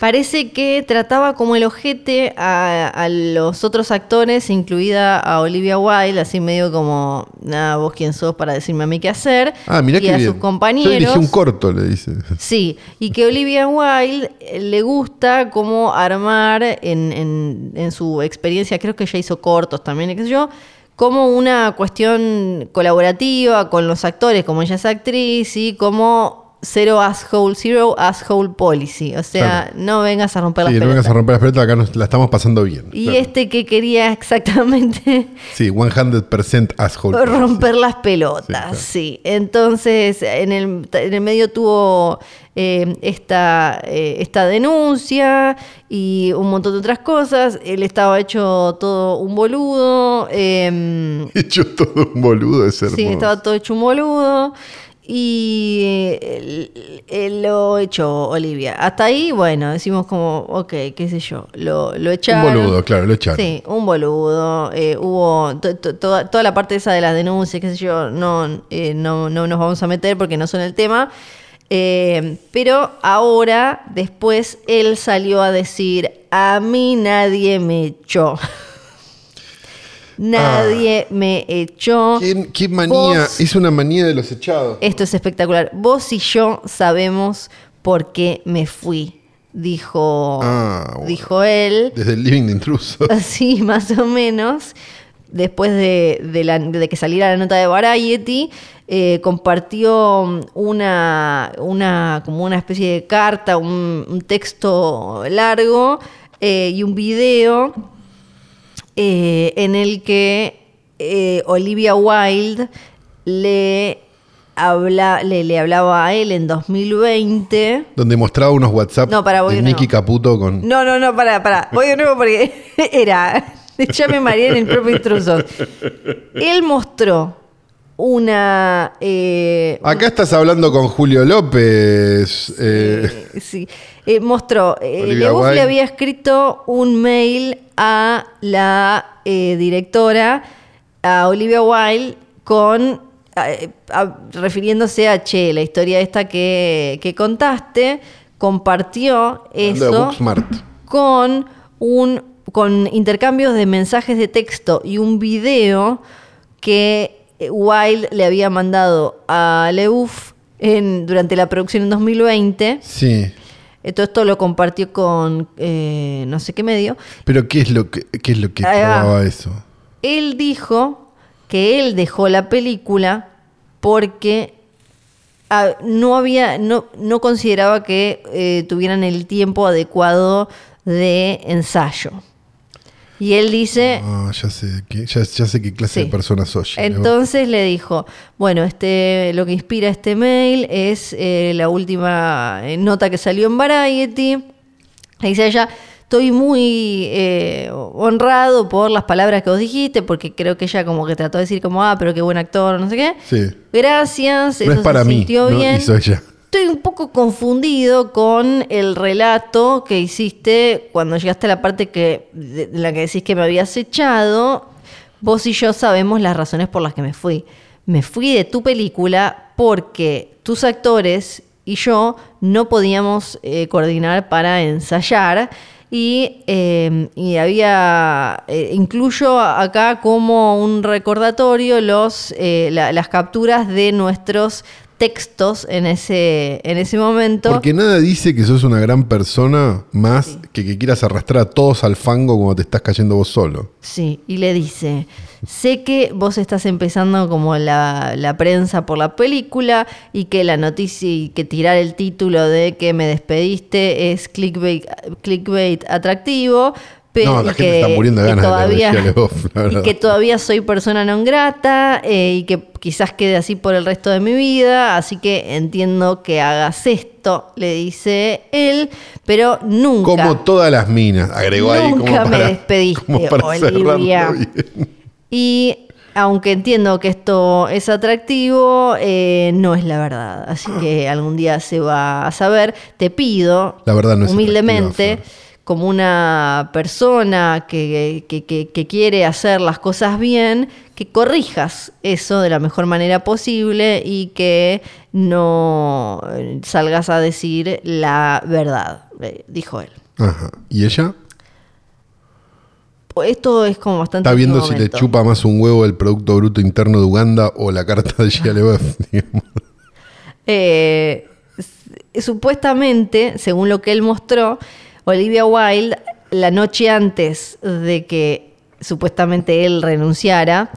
Parece que trataba como el ojete a, a los otros actores, incluida a Olivia Wilde, así medio como, nada, vos quién sos para decirme a mí qué hacer.
Ah, mirá
y
que
a sus
Yo
compañeros.
dirigí un corto, le dice.
Sí, y que Olivia Wilde eh, le gusta como armar en, en- en su experiencia, creo que ya hizo cortos también, qué sé yo, como una cuestión colaborativa con los actores, como ella es actriz y como cero asshole, zero asshole policy. O sea,
Claro.
no vengas a romper
Sí,
las
no vengas
pelotas.
a romper las pelotas, acá nos la estamos pasando bien.
y
Claro.
este que quería exactamente
Sí, 100% asshole.
romper las pelotas, sí. Entonces, en el, en el medio tuvo eh, esta, eh, esta denuncia y un montón de otras cosas. Él estaba hecho todo un boludo. eh,
Hecho todo un boludo de ser.
sí, estaba todo hecho un boludo. Y eh, el- el- lo echó Olivia. Hasta ahí, bueno, decimos como, ok, qué sé yo, lo, lo
Un
echaron.
boludo, claro, lo echaron.
Sí, un boludo. eh, hubo to- to- toda, toda la parte esa de las denuncias, qué sé yo, no, eh, no, no nos vamos a meter porque no son el tema. Eh, pero ahora, después, él salió a decir, a mí nadie me echó. nadie me echó.
Ah. ¿Quién- ¿Qué manía?
Vos- Eh,
Es una manía de los echados.
Esto es espectacular. Vos y yo sabemos por qué me fui, dijo,
Ah, bueno.
dijo él.
Desde el living de intruso.
Así, más o menos. Después de, de la- de que saliera la nota de Variety, eh, compartió una, una, como una especie de carta, un, un texto largo eh, y un video eh, en el que eh, Olivia Wilde le, habla, le, le hablaba a él en 2020.
Donde mostraba unos WhatsApp
No, para, voy
de
de
Nicky
nuevo.
Caputo con.
No, no, no, pará, pará. Voy de nuevo porque era. Ya me mareé en el propio intruso. Él mostró una. eh,
Acá estás hablando con Julio López. eh,
eh, sí. Eh, mostró. Eh,
Olivia
Legoff
Wilde.
le había escrito un mail a la eh, directora, a Olivia Wilde, con. eh, a- refiriéndose a Che, la historia esta que, que contaste, compartió
hablando
eso
de Booksmart.
con un con intercambios de mensajes de texto y un video que eh, Wilde le había mandado a Leuf en, durante la producción en 2020.
Sí.
Eh, Todo esto lo compartió con eh, no sé qué medio.
Pero ¿qué es lo que, qué es lo que
Ahí va.
probaba eso?
Él dijo que él dejó la película porque ah, no había, no, no consideraba que eh, tuvieran el tiempo adecuado de ensayo. Y él dice,
Ah, ya sé que, ya, ya sé qué clase
Eh. Sí.
de personas soy.
entonces le dijo, bueno, este, lo que inspira este mail es eh, la última eh, nota que salió en Variety. Le dice ella, estoy muy eh, honrado por las palabras que vos dijiste, porque creo que ella como que trató de decir como, ah, pero qué buen actor, no sé qué.
Sí.
Gracias,
No
eso
es para
se
mí.
sintió
¿no?
bien.
Y soy ya.
Estoy un poco confundido con el relato que hiciste cuando llegaste a la parte que, de, de la que decís que me habías echado. Vos y yo sabemos las razones por las que me fui. Me fui de tu película porque tus actores y yo no podíamos eh, coordinar para ensayar. Y, eh, y había, eh, incluyo acá como un recordatorio los, eh, la- las capturas de nuestros textos en ese, en ese momento.
Porque nada dice que sos una gran persona más que que quieras arrastrar a todos al fango cuando te estás cayendo vos solo.
Sí, y le dice, sé que vos estás empezando como la, la prensa por la película y que la noticia y que tirar el título de que me despediste es clickbait, clickbait atractivo. pe-
No, la
y
gente está muriendo de
que
ganas de
todavía-
leer Shia LaBeouf, la
Y
verdad.
que todavía soy persona non grata eh, y que quizás quede así por el resto de mi vida, así que entiendo que hagas esto, le dice él, pero nunca...
Como todas las minas, agregó ahí como
Nunca me
para,
despediste,
como para cerrarlo
Olivia.
bien.
Y aunque entiendo que esto es atractivo, eh, no es la verdad. Así que algún día se va a saber. Te pido,
La verdad no es
humildemente,
atractiva,
como una persona que, que- que- que quiere hacer las cosas bien, que corrijas eso de la mejor manera posible y que no eh, salgas a decir la verdad, eh, dijo él.
Ajá. ¿Y ella?
Esto es como bastante...
Está viendo
último
si le
momento.
chupa más un huevo el Producto Bruto Interno de Uganda o la carta de Shia LaBeouf, digamos.
Eh, s- supuestamente, según lo que él mostró, Olivia Wilde, la noche antes de que supuestamente él renunciara,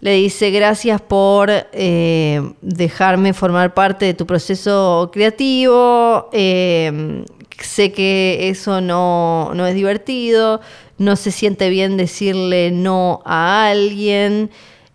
le dice gracias por eh, dejarme formar parte de tu proceso creativo, eh, sé que eso no, no es divertido, no se siente bien decirle no a alguien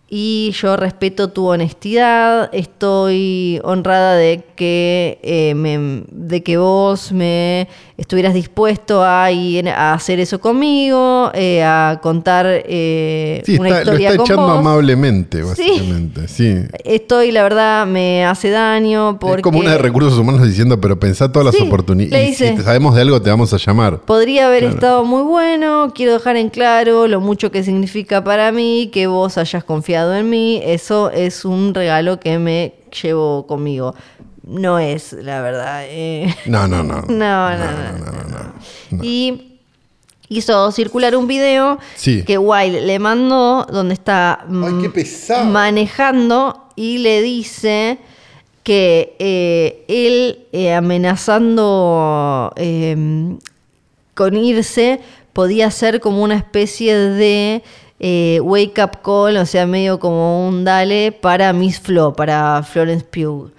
y yo respeto tu honestidad, estoy honrada de que, eh, me- de que vos me estuvieras dispuesto a ir a hacer eso conmigo, eh, a contar eh,
Sí,
una
está- lo
historia
está
con
echando
vos.
amablemente,
Sí.
básicamente. Sí.
Esto y la verdad me hace daño porque
Es como una de recursos humanos diciendo, pero pensá todas las
Sí, le
oportunidades. Y
dice-
si te sabemos de algo, te vamos a llamar.
podría haber estado muy bueno. Quiero dejar en claro lo mucho que significa para mí que vos hayas confiado en mí. Eso es un regalo que me llevo conmigo. No es, la verdad. eh.
No, no, no.
No, no, no, Y hizo circular un video
Sí.
que Wild le mandó donde está mm,
qué pesado!
manejando y le dice que eh, él eh, amenazando eh, con irse podía ser como una especie de eh, wake up call, o sea, medio como un dale para Miss Flo, para Florence Pugh.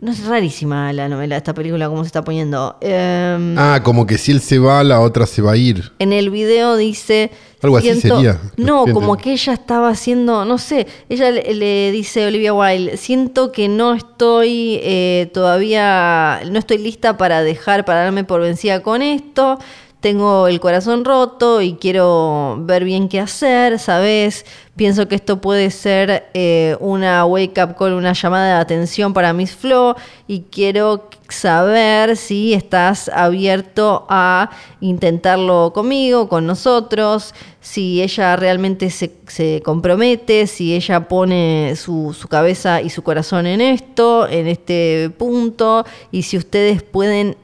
No es rarísima la novela, esta película, cómo se está poniendo. Em,
Ah, como que si él se va, la otra se va a ir.
en el video dice.
Algo así sería.
No,
Entiendo.
como que ella estaba haciendo, no sé, ella le, le dice a Olivia Wilde, siento que no estoy eh, todavía, no estoy lista para dejar, para darme por vencida con esto, tengo el corazón roto y quiero ver bien qué hacer, ¿sabes? Pienso que esto puede ser eh, una wake up call, una llamada de atención para Miss Flo y quiero saber si estás abierto a intentarlo conmigo, con nosotros, si ella realmente se, se compromete, si ella pone su, su cabeza y su corazón en esto, en este punto, y si ustedes pueden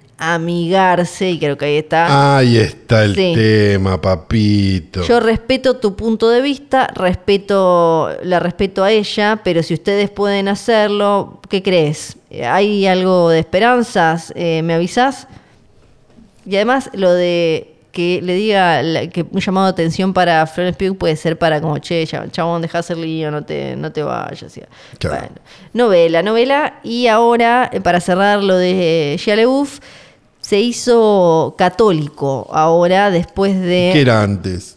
amigarse, y creo que ahí está.
Ahí está el
Ah. Sí.
tema, papito.
Yo respeto tu punto de vista, respeto, la respeto a ella, pero si ustedes pueden hacerlo, ¿qué crees? ¿Hay algo de esperanzas? Eh, ¿Me avisás? Y además lo de que le diga la- que un llamado de atención para Florence Pugh puede ser para como, che, ya- chabón, deja hacer lío, no te, no te vayas. y-
Claro.
Bueno, novela, novela. Y ahora, eh, para cerrar lo de Shia LaBeouf, se hizo católico ahora después de...
¿Qué era antes?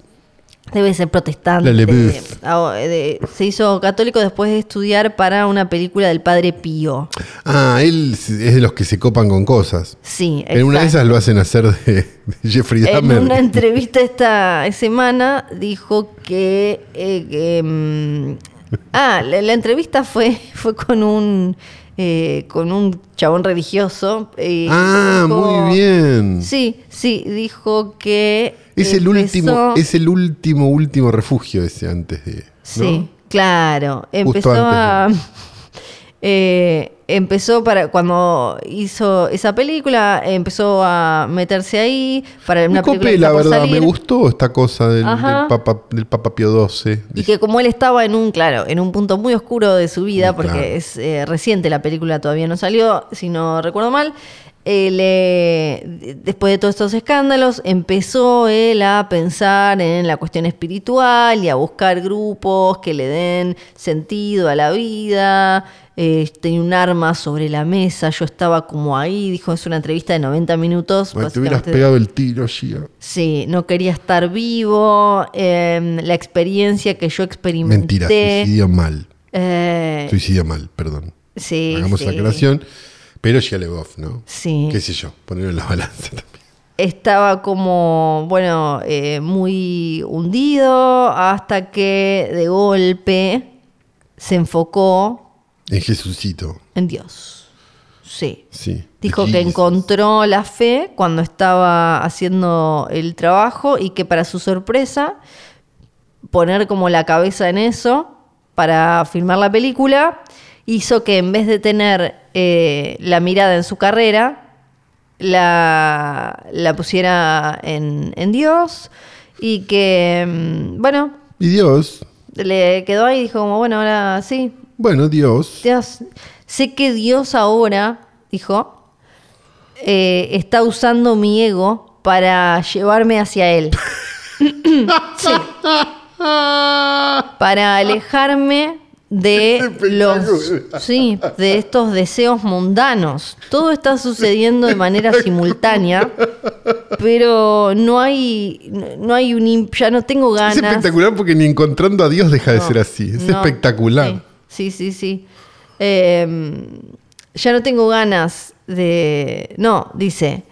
Debe ser protestante.
La Leboeuf.
Ah, de- se hizo católico después de estudiar para una película del Padre Pío.
Ah, él es de los que se copan con cosas.
Sí,
En una de
exacto.
esas lo hacen hacer de, de Jeffrey
En
Dahmer.
una entrevista esta semana dijo que... eh, que, mm, ah, la, la entrevista fue, fue con un... eh, con un chabón religioso. eh,
Ah,
dijo-
muy bien.
Sí, sí, dijo que...
Es el último,
empezó-
es el último, último refugio ese antes de.
Sí, claro.
Justo
Empezó a.
antes
eh, empezó para. Cuando hizo esa película, empezó a meterse ahí. Para
Me
una película
copé,
que
la
está por
verdad,
salir,
me gustó esta cosa del,
Ajá.
del Papa, del Papa Pío XII.
Y que como él estaba en un, claro, en un punto muy oscuro de su vida,
Muy
porque
claro.
es eh, reciente la película, todavía no salió, si no recuerdo mal. él, eh, de- después de todos estos escándalos, empezó él a pensar en la cuestión espiritual y a buscar grupos que le den sentido a la vida. Eh, tenía un arma sobre la mesa, yo estaba como ahí, dijo, es una entrevista de 90 minutos.
Ay, te hubieras
básicamente-
pegado el tiro, Gia.
Sí, no quería estar vivo, em, la experiencia que yo experimenté.
Mentira, suicidio mal.
eh,
Suicidio mal, perdón.
sí,
Hagamos
sí.
la creación. Pero Gia Leboff, ¿no?
Sí.
Qué sé yo, ponerlo en la balanza también.
Estaba como, bueno, eh, muy hundido hasta que de golpe se enfocó
En Jesucito,
en Dios. Sí.
sí.
Dijo
De
que
Jesus.
encontró la fe cuando estaba haciendo el trabajo y que para su sorpresa, poner como la cabeza en eso para filmar la película, hizo que en vez de tener eh, la mirada en su carrera, la, la pusiera en, en Dios y que, mm, bueno,
Y Dios,
le quedó ahí y dijo como, bueno, ahora sí,
bueno, Dios.
Dios, sé que Dios ahora, dijo, eh, está usando mi ego para llevarme hacia Él. sí. para alejarme de los sí, de estos deseos mundanos. Todo está sucediendo de manera simultánea, pero no hay no hay un imp- ya no tengo ganas.
Es espectacular porque ni encontrando a Dios deja de
No,
ser así. Es
no,
espectacular.
Sí, sí, sí. sí. Eh, ya no tengo ganas de. No, dice.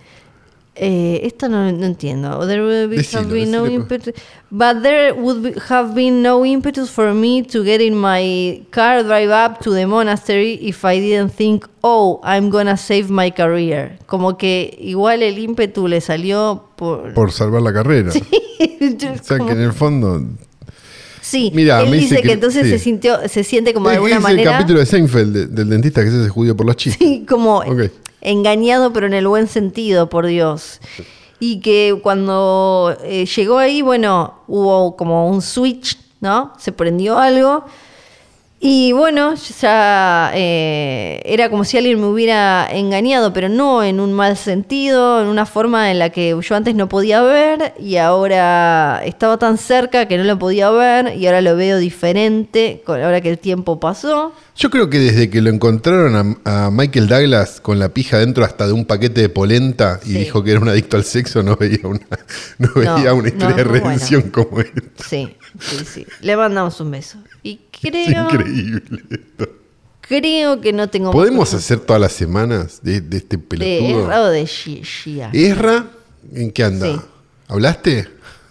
eh, esto no, no entiendo. There would be
Decilo, pues.
have been no
decilo.
impetus. But there would be- have been no impetus for me to get in my car, drive up to the monastery if I didn't think, oh, I'm gonna save my career. Como que igual el ímpetu le salió por.
Por salvar la carrera. O sea que en el fondo.
sí,
Mirá,
él
me dice
dice que,
que-
entonces
sí.
se sintió, se siente como de
Es que
alguna
es
manera.
el capítulo de Seinfeld de- del dentista que se hace judío por los chistes.
Sí, como
Ok.
engañado, pero en el buen sentido, por Dios. Y que cuando eh, llegó ahí, bueno, hubo como un switch, ¿no? Se prendió algo. Y bueno, ya eh, era como si alguien me hubiera engañado, pero no en un mal sentido, en una forma en la que yo antes no podía ver y ahora estaba tan cerca que no lo podía ver y ahora lo veo diferente, con- ahora que el tiempo pasó.
Yo creo que desde que lo encontraron a, a Michael Douglas con la pija dentro hasta de un paquete de polenta y
Sí.
dijo que era un adicto al sexo, no veía una, no veía una
no,
historia de
no, bueno.
redención como esta.
Sí, sí, sí. Le mandamos un beso. Y
Es
creo,
increíble esto.
creo que no tengo más
¿Podemos
cosas
hacer todas las semanas de, de este
de
pelotudo? Eh.
Erra o de Shi- Shia.
¿Erra? ¿En qué anda?
Sí.
¿Hablaste?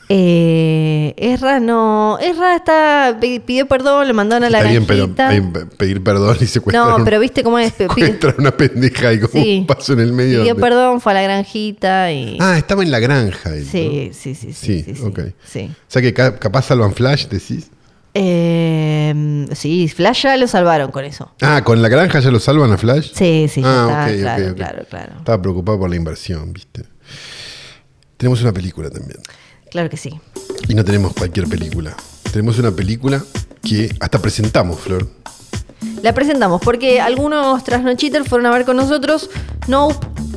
Eh, Erra no. Erra está, pi- pidió perdón, le mandaron a la
Está bien, pero
granjita.
hay que pedir perdón y secuestrar,
no,
un-
pero viste cómo es. Pi-
secuestrar una pendeja y como
Sí.
un paso en el medio.
pidió
donde-
perdón, fue a la granjita y.
Ah, estaba en la granja. él,
sí,
¿no?
sí, sí, sí.
Sí,
sí, sí,
ok.
sí.
O sea que ca- capaz salvan Flash, decís.
Eh, sí, Flash ya lo salvaron con eso.
Ah, con la granja ya lo salvan a Flash.
Sí, sí, ya está,
Ah, ok, ok,
claro,
ok.
claro, claro.
Estaba preocupado por la inversión, viste. Tenemos una película también.
Claro que sí.
Y no tenemos cualquier película. Tenemos una película que hasta presentamos, Flor.
La presentamos porque algunos trasnochiters fueron a ver con nosotros No,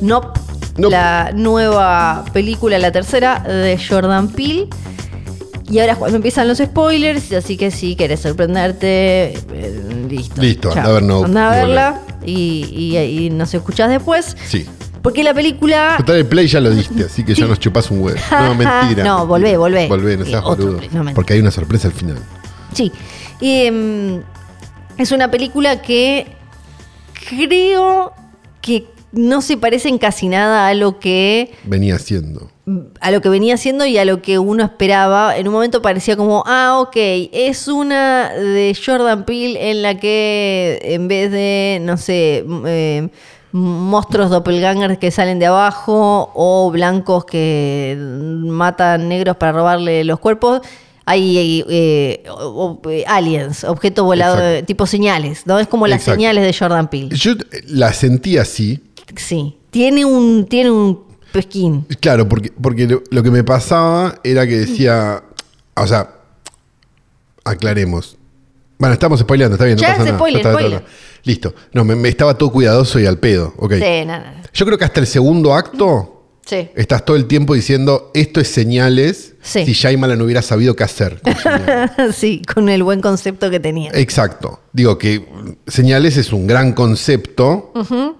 No,
Nope.
la nueva película, la tercera de Jordan Peele. Y ahora es cuando empiezan los spoilers, así que si querés sorprenderte, eh, listo.
Listo,
Chao.
anda a ver Nope
Anda a
y
verla y, y- y nos escuchás después.
Sí.
Porque la película...
Total, el play ya lo diste, así que ya nos chupás un huevo. No, mentira.
No, volvé, volvé.
Volvé, no
Sí,
seas
otro
boludo.
play, no, mentira.
porque hay una sorpresa al final.
Sí. Em, es una película que creo que no se parece en casi nada a lo que
Venía haciendo.
a lo que venía haciendo y a lo que uno esperaba. En un momento parecía como, ah, ok, es una de Jordan Peele en la que en vez de, no sé, m- eh, monstruos doppelgangers que salen de abajo o blancos que matan negros para robarle los cuerpos, hay, hay, eh, o- o- eh, aliens, objetos volados,
Exacto.
tipo señales, ¿no? Es como las
Exacto.
señales de Jordan Peele.
Yo eh, la sentí así,
Sí, tiene un, tiene un pesquín.
Claro, porque, porque lo, lo que me pasaba era que decía. O sea, aclaremos. Bueno, estamos spoileando, está bien,
Ya,
no pasa
es
nada.
spoiler,
Ya está, está,
spoiler.
está. Listo. No, me, me estaba todo cuidadoso y al pedo. Ok.
Sí, nada, nada.
Yo creo que hasta el segundo acto
Sí.
estás todo el tiempo diciendo esto es señales
Sí.
si Shyamalan hubiera sabido qué hacer. con señales".
sí, con el buen concepto que tenía.
Eh, Exacto. Digo que mm, señales es un gran concepto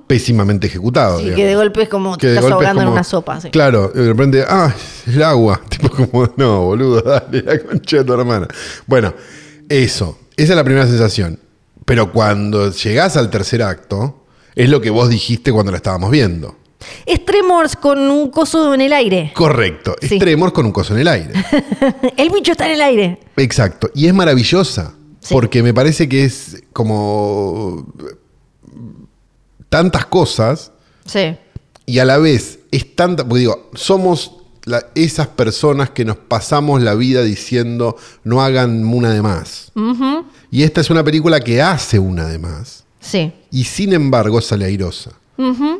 pésimamente ejecutado.
Sí,
digamos.
que de golpe es como
Que
te
de
estás
golpe es
ahogando en
como-
una sopa. sí.
Claro, de repente, ah, el agua. Tipo como, no, boludo, dale, la concha de tu hermana. Bueno, eso. Esa es la primera sensación. Pero cuando llegás al tercer acto, es lo que vos dijiste cuando la estábamos viendo.
Es Tremors con un coso en el aire.
Correcto.
Sí.
Es Tremors con un coso en el aire.
el bicho está en el aire.
Exacto. Y es maravillosa.
Sí.
Porque me parece que es como tantas cosas
Sí.
Y a la vez es tanta, porque digo, somos la- esas personas que nos pasamos la vida diciendo no hagan una de más. Y esta es una película que hace una de más.
Sí.
Y sin embargo sale airosa.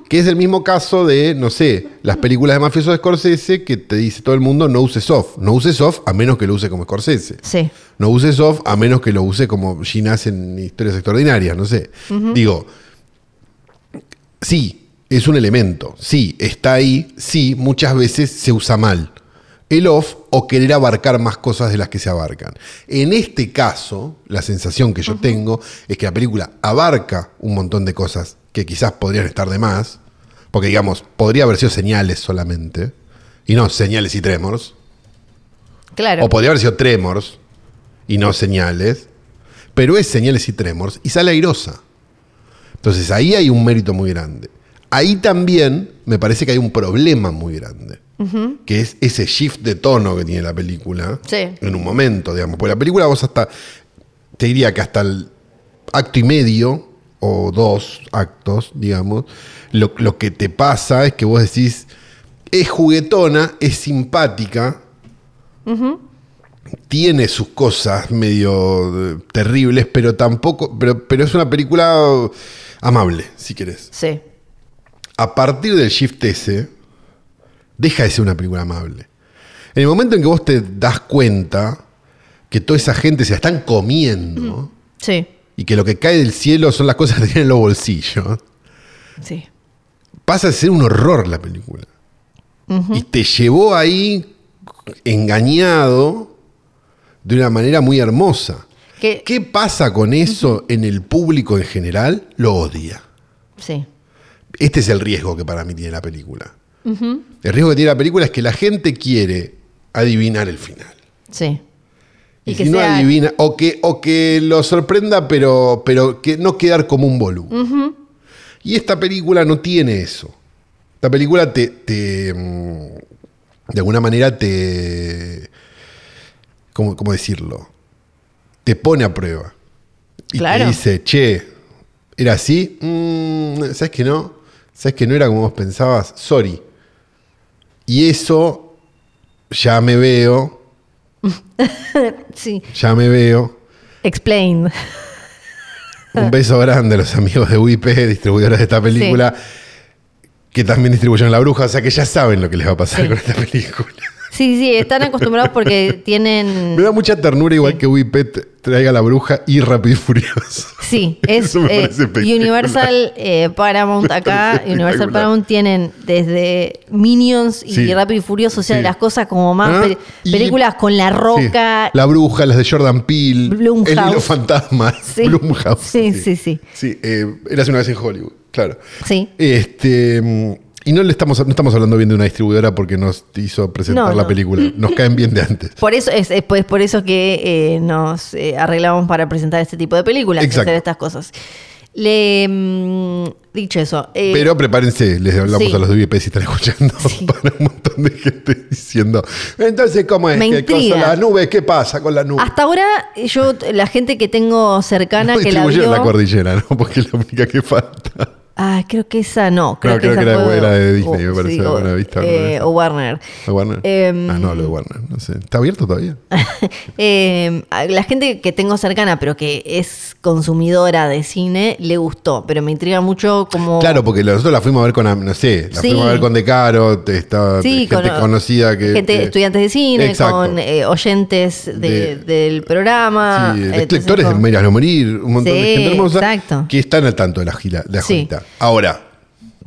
Que es el mismo caso de, no sé, las películas de mafioso de Scorsese que te dice todo el mundo no uses off. No uses off a menos que lo use como Scorsese.
Sí.
No uses off a menos que lo use como Ginás en historias extraordinarias, no sé. Digo, sí, es un elemento, sí, está ahí, sí, muchas veces se usa mal. el off o querer abarcar más cosas de las que se abarcan. En este caso, la sensación que yo tengo es que la película abarca un montón de cosas que quizás podrían estar de más, porque digamos, podría haber sido señales solamente, y no señales y tremors,
Claro.
o podría haber sido tremors y no señales, pero es señales y tremors y sale airosa. Entonces ahí hay un mérito muy grande. Ahí también me parece que hay un problema muy grande, que es ese shift de tono que tiene la película
Sí.
en un momento, digamos. Porque la película vos hasta, te diría que hasta el acto y medio o dos actos, digamos, lo, lo que te pasa es que vos decís, es juguetona, es simpática, tiene sus cosas medio eh, terribles, pero tampoco, pero, pero es una película amable, si querés.
Sí.
A partir del shift ese, deja de ser una película amable. En el momento en que vos te das cuenta que toda esa gente se la están comiendo
Sí.
y que lo que cae del cielo son las cosas que tienen en los bolsillos,
Sí.
pasa a ser un horror la película. Y te llevó ahí engañado de una manera muy hermosa.
Que-
¿Qué pasa con eso en el público en general? Lo odia.
Sí.
Este es el riesgo que para mí tiene la película. El riesgo que tiene la película es que la gente quiere adivinar el final.
Sí.
Y, si no adivina, o que, o que lo sorprenda, pero, pero que no quedar como un boludo. Y esta película no tiene eso. Esta película te, te, mm, de alguna manera te... ¿Cómo, cómo decirlo? Te pone a prueba. Y
Claro.
te dice, che, ¿era así? Mm, ¿Sabes que no? ¿Sabes que no era como vos pensabas? Sorry. Y eso ya me veo,
Sí.
ya me veo.
Explain.
Un beso grande a los amigos de WIP, distribuidores de esta película, que también distribuyeron La Bruja, o sea que ya saben lo que les va a pasar
Sí.
con esta película.
Sí, sí, están acostumbrados porque
Me
tienen.
da mucha ternura igual que WIP traiga La Bruja y Rápido y Furioso.
Sí, es
Eso me
eh,
parece espectacular.
Universal eh, Paramount
Me
acá,
parece
Universal
espectacular.
Paramount tienen desde Minions y
Sí.
Rápido y Furioso, o sea,
Sí.
de las cosas como más
Ah,
pe-
y-
películas con la roca.
Sí. La Bruja, las de Jordan Peele,
Blumhouse.
El Hilo Fantasma,
Sí.
Blumhouse.
Sí, sí, sí.
Sí, eh, eras una vez en Hollywood, claro.
Sí.
Este, mm, y no le estamos, no estamos hablando bien de una distribuidora porque nos hizo presentar
No,
la
no.
película. Nos caen bien de antes.
Por eso es, es- pues, por eso que eh, nos eh, arreglamos para presentar este tipo de películas,
Exacto.
hacer estas cosas. Le mm, dicho eso, eh,
Pero prepárense, les hablamos
sí.
a los de VIP si están escuchando
Sí.
para un montón de gente diciendo. Entonces, ¿cómo es?
Me
¿Qué
intriga.
cosa? ¿La nube? ¿Qué pasa con la nube?
hasta ahora eh, yo la gente que tengo cercana
No
que la vio,
distribuyeron la cordillera, ¿no? Porque es la única que falta.
ah, creo que esa no, creo,
No,
que
creo
esa
que era-
fue-
era de Disney, me parece,
o-
Buena Vista,
eh,
Buena Vista.
o Warner.
¿La Warner?
Em,
ah, no, lo de Warner, no sé. ¿Está abierto todavía?
Eh, a la gente que tengo cercana, pero que es consumidora de cine, le gustó, pero me intriga mucho como
Claro, porque nosotros la fuimos a ver con, am- no sé, la
Sí.
fuimos a ver con De Caro, te- está
Sí,
gente
con, ah,
conocida que...
gente,
que-
estudiantes de cine,
Exacto.
con eh, oyentes de-
De-
del programa.
Sí, de
Entonces,
lectores de
como-
Miras no Morir, un montón de
Sí,
gente hermosa
exacto.
que están al tanto de la gila, de la
Sí.
jodita. Ahora,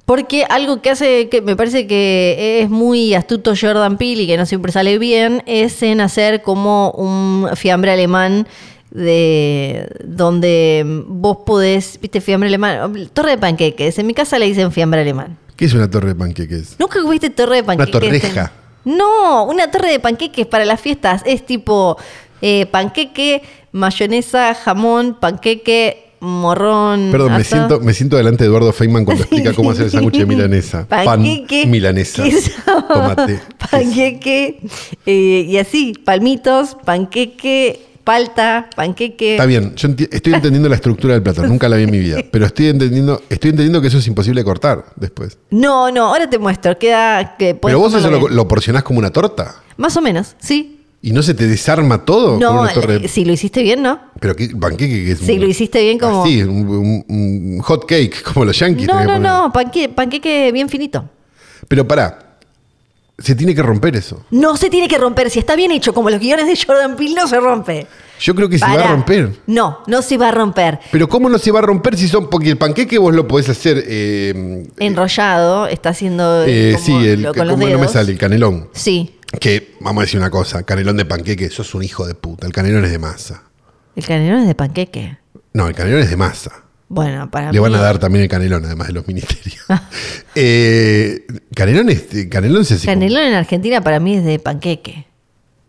Porque algo que hace, que me parece que es muy astuto Jordan Peele y que no siempre sale bien, es en hacer como un fiambre alemán de donde vos podés, viste, fiambre alemán, torre de panqueques, en mi casa le dicen fiambre alemán.
¿qué es una torre de panqueques?
¿Nunca comiste torre de panqueques?
torreja.
No, una torre de panqueques para las fiestas. Es tipo eh, panqueque, mayonesa, jamón, panqueque, morrón.
Perdón, me
asado.
siento, me siento delante de Eduardo Feynman cuando explica cómo hacer el sándwich de milanesa. Pan,
Panqueque,
milanesa,
queso,
tomate.
Panqueque, eh, y así, palmitos, panqueque, palta, panqueque.
Está bien, yo enti- estoy entendiendo la estructura del plato, nunca la vi en mi vida, pero estoy entendiendo, estoy entendiendo que eso es imposible de cortar después.
No, no, ahora te muestro, queda que podés
Pero vos eso
comerlo
lo,
bien.
lo porcionás como una torta
Más o menos, sí.
y no se te desarma todo con
No,
Oh, una torre.
eh, si lo hiciste bien, ¿no?
Pero qué panqueque que es.
Si
un-
lo hiciste bien como...
así, un, un- un hot cake como los yankees.
No,
tenés
no,
que poner.
no, panque- panqueque bien finito.
Pero pará, se tiene que romper eso.
No se tiene que romper. Si está bien hecho, como los guiones de Jordan Peele, no se rompe.
Yo creo que se va
Pará.
a romper.
No, no se va a romper.
Pero ¿cómo no se va a romper si son.? Porque el panqueque vos lo podés hacer. eh,
Enrollado, está haciendo.
eh,
como
sí, el,
lo-
¿cómo no me sale? El canelón.
Sí.
Que, vamos a decir una cosa, canelón de panqueque, sos un hijo de puta. El canelón es de masa.
El canelón es de panqueque.
No, el canelón es de masa.
Bueno, para
Le
mí-
van a dar también el canelón, además de los ministerios. Eh, canelón, es, canelón se hace con-
Canelón en Argentina para mí es de panqueque.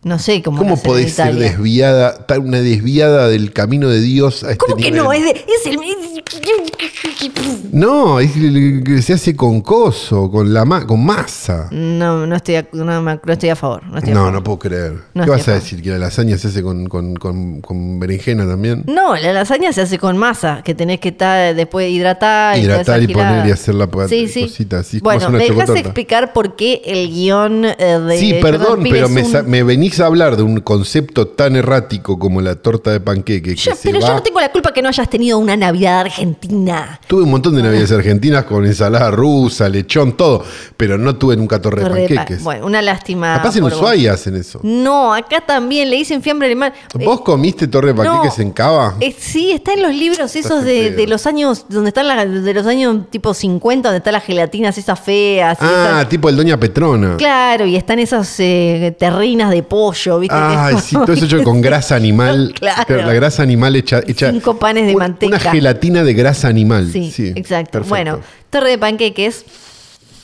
No sé cómo. lo
¿Cómo
hacen en
podés ser
Italia.
desviada, tal- una desviada del camino de Dios a este
¿Cómo que
nivel?
no? Es, de- es el.
No, es el que se hace con coso, con, la ma- con
Mm.
masa.
No, no estoy, a, no, me- no estoy a favor. No, estoy a
No,
favor.
no puedo creer.
No estoy
¿Qué vas a
acá.
decir? ¿Que la lasaña se hace con, con- con- con berenjena también?
No, la lasaña se hace con masa, que tenés que estar después hidratar. toda
Hidratar
esa
y
girada.
poner y hacer la po-
sí, sí.
cosita, así como
Bueno,
hacer una
me dejas
chocotorta.
explicar por qué el guión eh, de.
Sí,
Jordan
perdón,
Peele
pero
es
me,
un-
sa- me venís a hablar de un concepto tan errático como la torta de panqueque. Que
Yo-
se
pero yo
va-
no tengo la culpa que no hayas tenido una Navidad argentina.
Tuve un montón de navidades argentinas con ensalada rusa, lechón, todo, pero no tuve nunca torre de
Torre de pa-
panqueques.
Bueno, una lástima.
Capaz en
por vos.
Ushuaia hacen eso.
No, acá también le dicen fiambre alemán. Eh,
¿Vos comiste torre de panqueques
no.
en Cava?
Eh, sí, está en los libros esos
qué
de,
feo.
de los años, donde están las, de los años tipo 50, donde están las gelatinas esas feas. y
ah,
esas-
tipo el Doña Petrona.
claro, y están esas eh, terrinas de pollo, ¿viste?
Ay,
Que-
sí, todo eso hecho con grasa animal.
Claro.
La grasa animal hecha. hecha
Cinco panes de
una-
manteca.
Una gelatina de grasa animal.
Sí,
Sí,
exacto.
perfecto.
Bueno, torre de panqueques,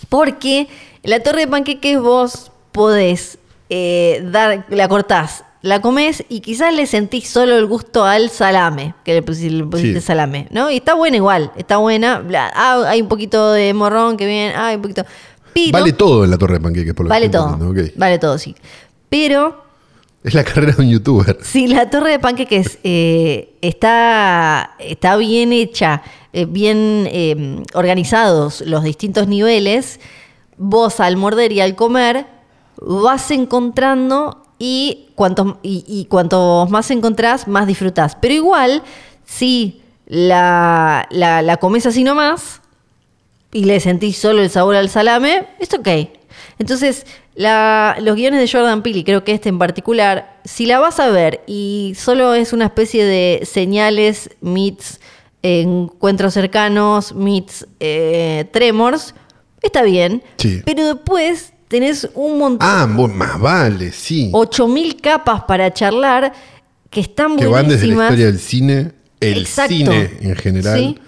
porque la torre de panqueques vos podés eh, dar, la cortás, la comés y quizás le sentís solo el gusto al salame, que le pusiste, le pusiste
Sí.
salame, ¿no? Y está buena igual, está buena. bla, ah, hay un poquito de morrón que viene, ah, hay un poquito. Pero,
Vale todo en la torre de panqueques, por lo que
vale
estoy
todo,
entendiendo, ok.
vale todo, sí. Pero
Es la carrera de un youtuber.
si la torre de panqueques eh, está, está bien hecha, eh, bien eh, organizados los distintos niveles, vos al morder y al comer vas encontrando y cuantos, y, y cuantos más encontrás, más disfrutás. Pero igual, si la, la, la comes así nomás, y le sentís solo el sabor al salame, es ok. Entonces, la- los guiones de Jordan Peele, y creo que este en particular, si la vas a ver y solo es una especie de señales, meets, eh, encuentros cercanos, meets, eh, tremors, está bien.
Sí.
Pero después tenés un montón,
Ah, bueno, más vale, sí.
8000 capas para charlar que están
que
buenísimas.
van desde la historia del cine, el
Exacto.
cine en general,
Sí.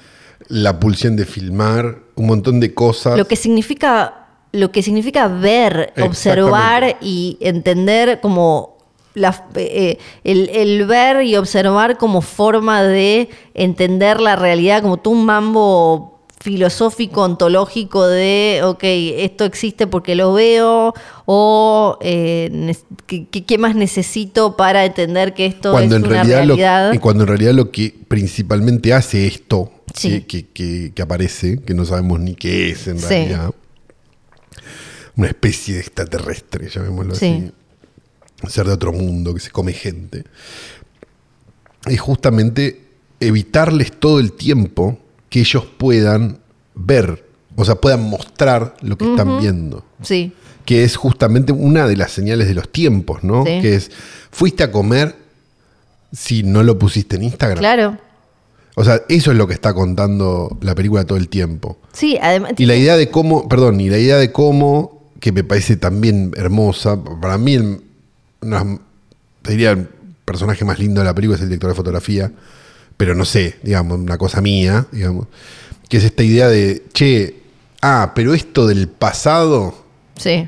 la pulsión de filmar, un montón de cosas.
lo que significa lo que significa ver,
Ah. Exactamente.
observar y entender como la- eh, el, el ver y observar como forma de entender la realidad, como tú un mambo filosófico, ontológico de, ok, esto existe porque lo veo, o eh, nes- ¿qué, qué- qué más necesito para entender que esto
cuando
es
en
una
realidad lo-
realidad?
y cuando en realidad lo que principalmente hace esto
Sí.
que- que, que- que aparece, que no sabemos ni qué es en
Sí.
realidad, una especie de extraterrestre, llamémoslo
Sí.
así, un ser de otro mundo que se come gente, es justamente evitarles todo el tiempo que ellos puedan ver, o sea, puedan mostrar lo que están viendo
sí,
que es justamente una de las señales de los tiempos, ¿no?
Sí.
Que es, fuiste a comer si no lo pusiste en Instagram.
claro.
O sea, eso es lo que está contando la película todo el tiempo.
Sí, además...
Y la idea de cómo, perdón, y la idea de cómo, que me parece también hermosa, para mí, el- una- te diría, el personaje más lindo de la película es el director de fotografía, pero no sé, digamos, una cosa mía, digamos, que es esta idea de, che, ah, pero esto del pasado
Sí,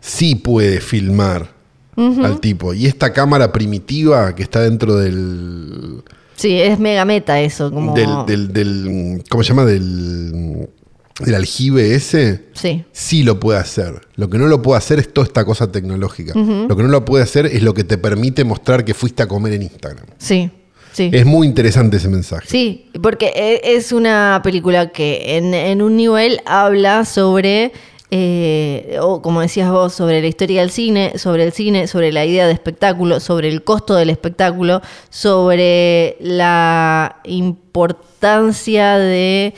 sí puede filmar al tipo. Y esta cámara primitiva que está dentro del.
sí, es mega meta eso. Como...
del, del- del- ¿Cómo se llama? Del, del aljibe ese.
Sí.
Sí lo puede hacer. Lo que no lo puede hacer es toda esta cosa tecnológica. Lo que no lo puede hacer es lo que te permite mostrar que fuiste a comer en Instagram.
Sí, sí.
Es muy interesante ese mensaje.
Sí, porque e- es una película que en, en un nivel habla sobre, eh, o como decías vos, sobre la historia del cine, sobre el cine, sobre la idea de espectáculo, sobre el costo del espectáculo, sobre la importancia de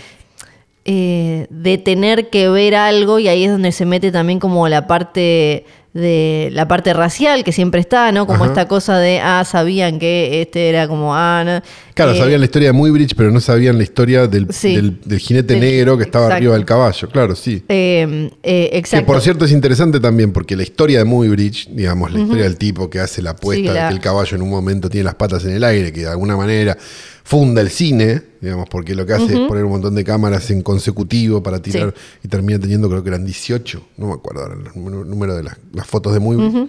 eh, de tener que ver algo y ahí es donde se mete también como la parte de la parte racial que siempre está, ¿no? Como
Ajá.
esta cosa de, ah, sabían que este era como, ah, no.
Claro,
Eh,
sabían la historia de Muybridge, pero no sabían la historia del,
Sí.
del- del jinete
Del-
negro que estaba
exacto.
arriba del caballo, claro, sí.
eh, eh, exacto.
Que por cierto es interesante también, porque la historia de Muybridge, digamos, la historia del tipo que hace la apuesta
Sí, la-
de que el caballo en un momento tiene las patas en el aire, que de alguna manera funda el cine, digamos, porque lo que hace es poner un montón de cámaras en consecutivo para tirar y termina teniendo, creo que eran 18, no me acuerdo ahora el nú- número de las, las fotos de Muybridge,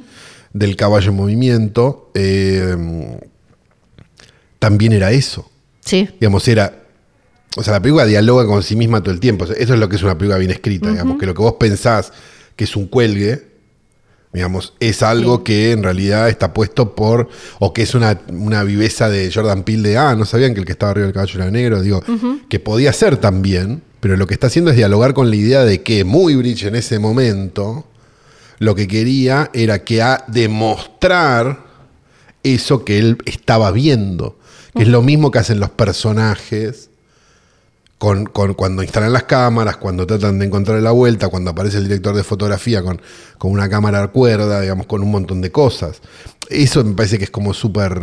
del caballo en movimiento. eh, también era eso
Sí,
digamos, era. O sea, la película dialoga con sí misma todo el tiempo. O sea, eso es lo que es una película bien escrita, digamos, que lo que vos pensás que es un cuelgue, digamos, es algo que en realidad está puesto por. o que es una, una viveza de Jordan Peele de, ah, no sabían que el que estaba arriba del caballo era negro, digo, que podía ser también, pero lo que está haciendo es dialogar con la idea de que Muybridge en ese momento lo que quería era que a demostrar eso que él estaba viendo. Que es lo mismo que hacen los personajes con, con- cuando instalan las cámaras, cuando tratan de encontrar la vuelta, cuando aparece el director de fotografía con, con una cámara a cuerda, digamos, con un montón de cosas. Eso me parece que es como súper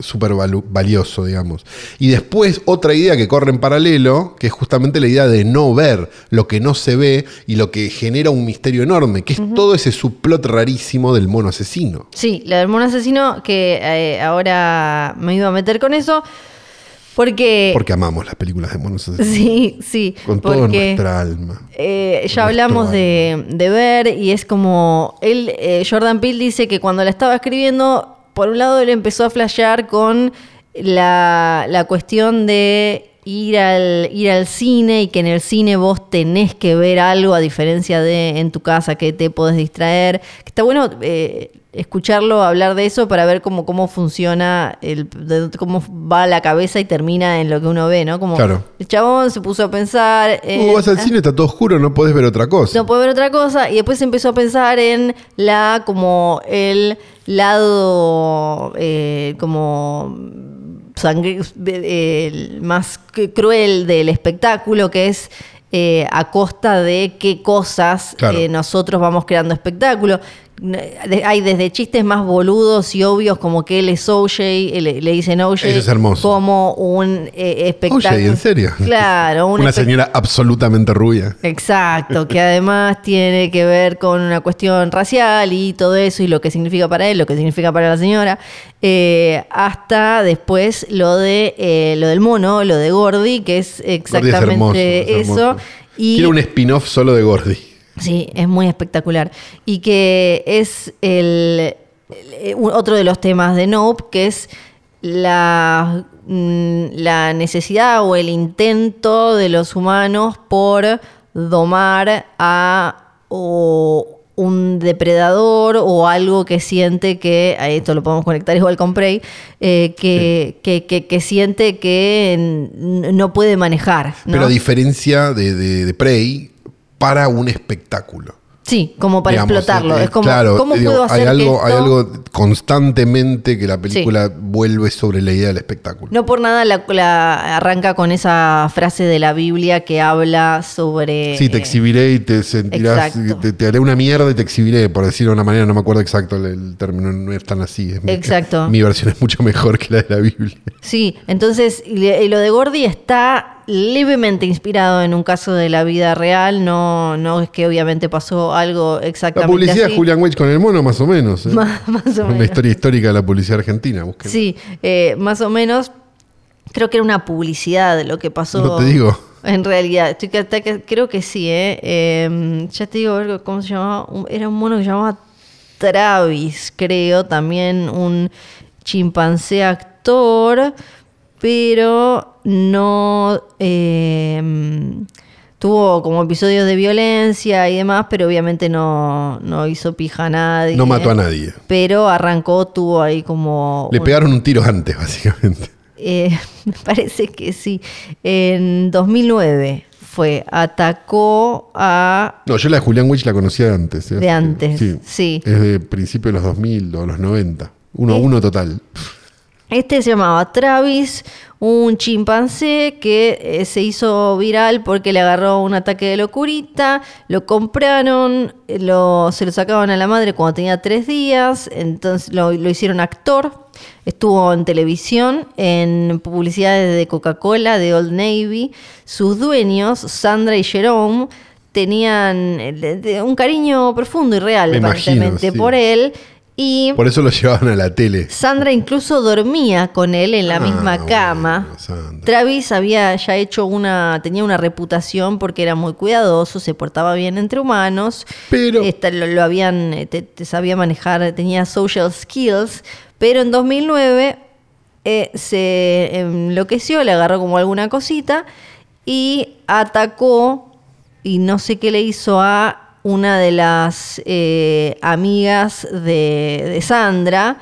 súper valu- valioso, digamos. Y después otra idea que corre en paralelo, que es justamente la idea de no ver lo que no se ve y lo que genera un misterio enorme, que es todo ese subplot rarísimo del mono asesino.
sí, la del mono asesino que eh, ahora me iba a meter con eso, porque...
Porque amamos las películas de monos asesinos.
Sí, sí.
Con toda
porque-
nuestra alma.
Eh,
Nuestro
ya hablamos de, de ver y es como él, eh, Jordan Peele dice que cuando la estaba escribiendo, por un lado él empezó a flashear con la, la cuestión de ir al, ir al cine y que en el cine vos tenés que ver algo a diferencia de en tu casa que te podés distraer. Que Está bueno eh, escucharlo hablar de eso para ver cómo, cómo funciona, el, de- cómo va la cabeza y termina en lo que uno ve, ¿no? Como
Claro.
el chabón se puso a pensar...
Vos vas al
ah,
cine, está todo oscuro, no podés ver otra cosa.
no puede ver otra cosa. Y después empezó a pensar en la, como el lado, eh, como sangre, eh, el más cr- cruel del espectáculo, que es eh, a costa de qué cosas
Claro.
eh, nosotros vamos creando espectáculo. N- de- Hay desde chistes más boludos y obvios, como que él es OJ, eh, le, le dicen OJ
Eso es hermoso.
como un eh, espectáculo.
Oye, ¿en serio?
Claro, un
Una
espectáculo.
señora absolutamente rubia.
Exacto, que además tiene que ver con una cuestión racial y todo eso, y lo que significa para él, lo que significa para la señora, eh, hasta después lo de eh, lo del mono, lo de Gordy, que es
Gordy es
exactamente
hermoso. es
eso.
hermoso.
Y
Quiero un spin-off solo de Gordy.
Sí, es muy espectacular. Y que es el, el- un- otro de los temas de Nope, que es la, mm, la necesidad o el intento de los humanos por domar a o un depredador o algo que siente que, a esto lo podemos conectar igual con Prey, eh, que, que, que- que siente que n- no puede manejar. ¿no?
Pero a diferencia de, de, de Prey, para un espectáculo.
Sí, como para
Digamos,
explotarlo.
eh,
Es como,
claro,
¿cómo
digo,
puedo hacer
hay algo,
que
Hay
esto-
algo constantemente que la película vuelve sobre la idea del espectáculo.
No por nada la, la arranca con esa frase de la Biblia que habla sobre...
Sí, te
eh,
exhibiré y te sentirás,
exacto.
te, te haré una mierda y te exhibiré, por decirlo de una manera, no me acuerdo exacto el, el término, no es tan así. es mi-
Exacto.
Mi versión es mucho mejor que la de la Biblia.
Sí, entonces y le- y lo de Gordy está levemente inspirado en un caso de la vida real, no, no es que obviamente pasó algo
La
exactamente
publicidad
así.
de Julian Wage con el mono, más o menos. ¿eh?
Más- más o
Una
menos.
historia histórica de la publicidad argentina, busquen.
Sí, eh, más o menos creo que era una publicidad lo que pasó.
No te digo.
En realidad, estoy que, hasta que- creo que sí, ¿eh? Eh, Ya te digo, algo, ¿cómo se llamaba? Un- Era un mono que se llamaba Travis, creo, también un chimpancé actor, pero no eh, tuvo como episodios de violencia y demás, pero obviamente no, no hizo pija a nadie.
No mató a nadie.
Pero arrancó, tuvo ahí como...
Le
un-
pegaron un tiro antes, básicamente.
eh, me parece que sí. En 2009 fue, atacó a...
No, yo la de Julian Witch la conocía de antes. ¿eh?
De antes, sí.
Es de principios de los 2000 o los 90. Uno a uno total.
Este se llamaba Travis, un chimpancé que eh, se hizo viral porque le agarró un ataque de locurita, lo compraron, eh, lo, se lo sacaban a la madre cuando tenía tres días, entonces lo, lo hicieron actor, estuvo en televisión, en publicidades de Coca-Cola, de Old Navy, sus dueños, Sandra y Jerome, tenían eh, un cariño profundo y real,
Me
aparentemente,
imagino, sí.
por él. Y
Por eso lo llevaban a la tele.
Sandra incluso dormía con él en la
Ah,
misma
bueno,
cama.
Sandra.
Travis había ya hecho una, tenía una reputación porque era muy cuidadoso, se portaba bien entre humanos,
Pero-
Esta, lo, lo habían, eh, te- te sabía manejar, tenía social skills, pero en 2009 eh, se enloqueció, le agarró como alguna cosita y atacó y no sé qué le hizo a una de las eh, amigas de, de Sandra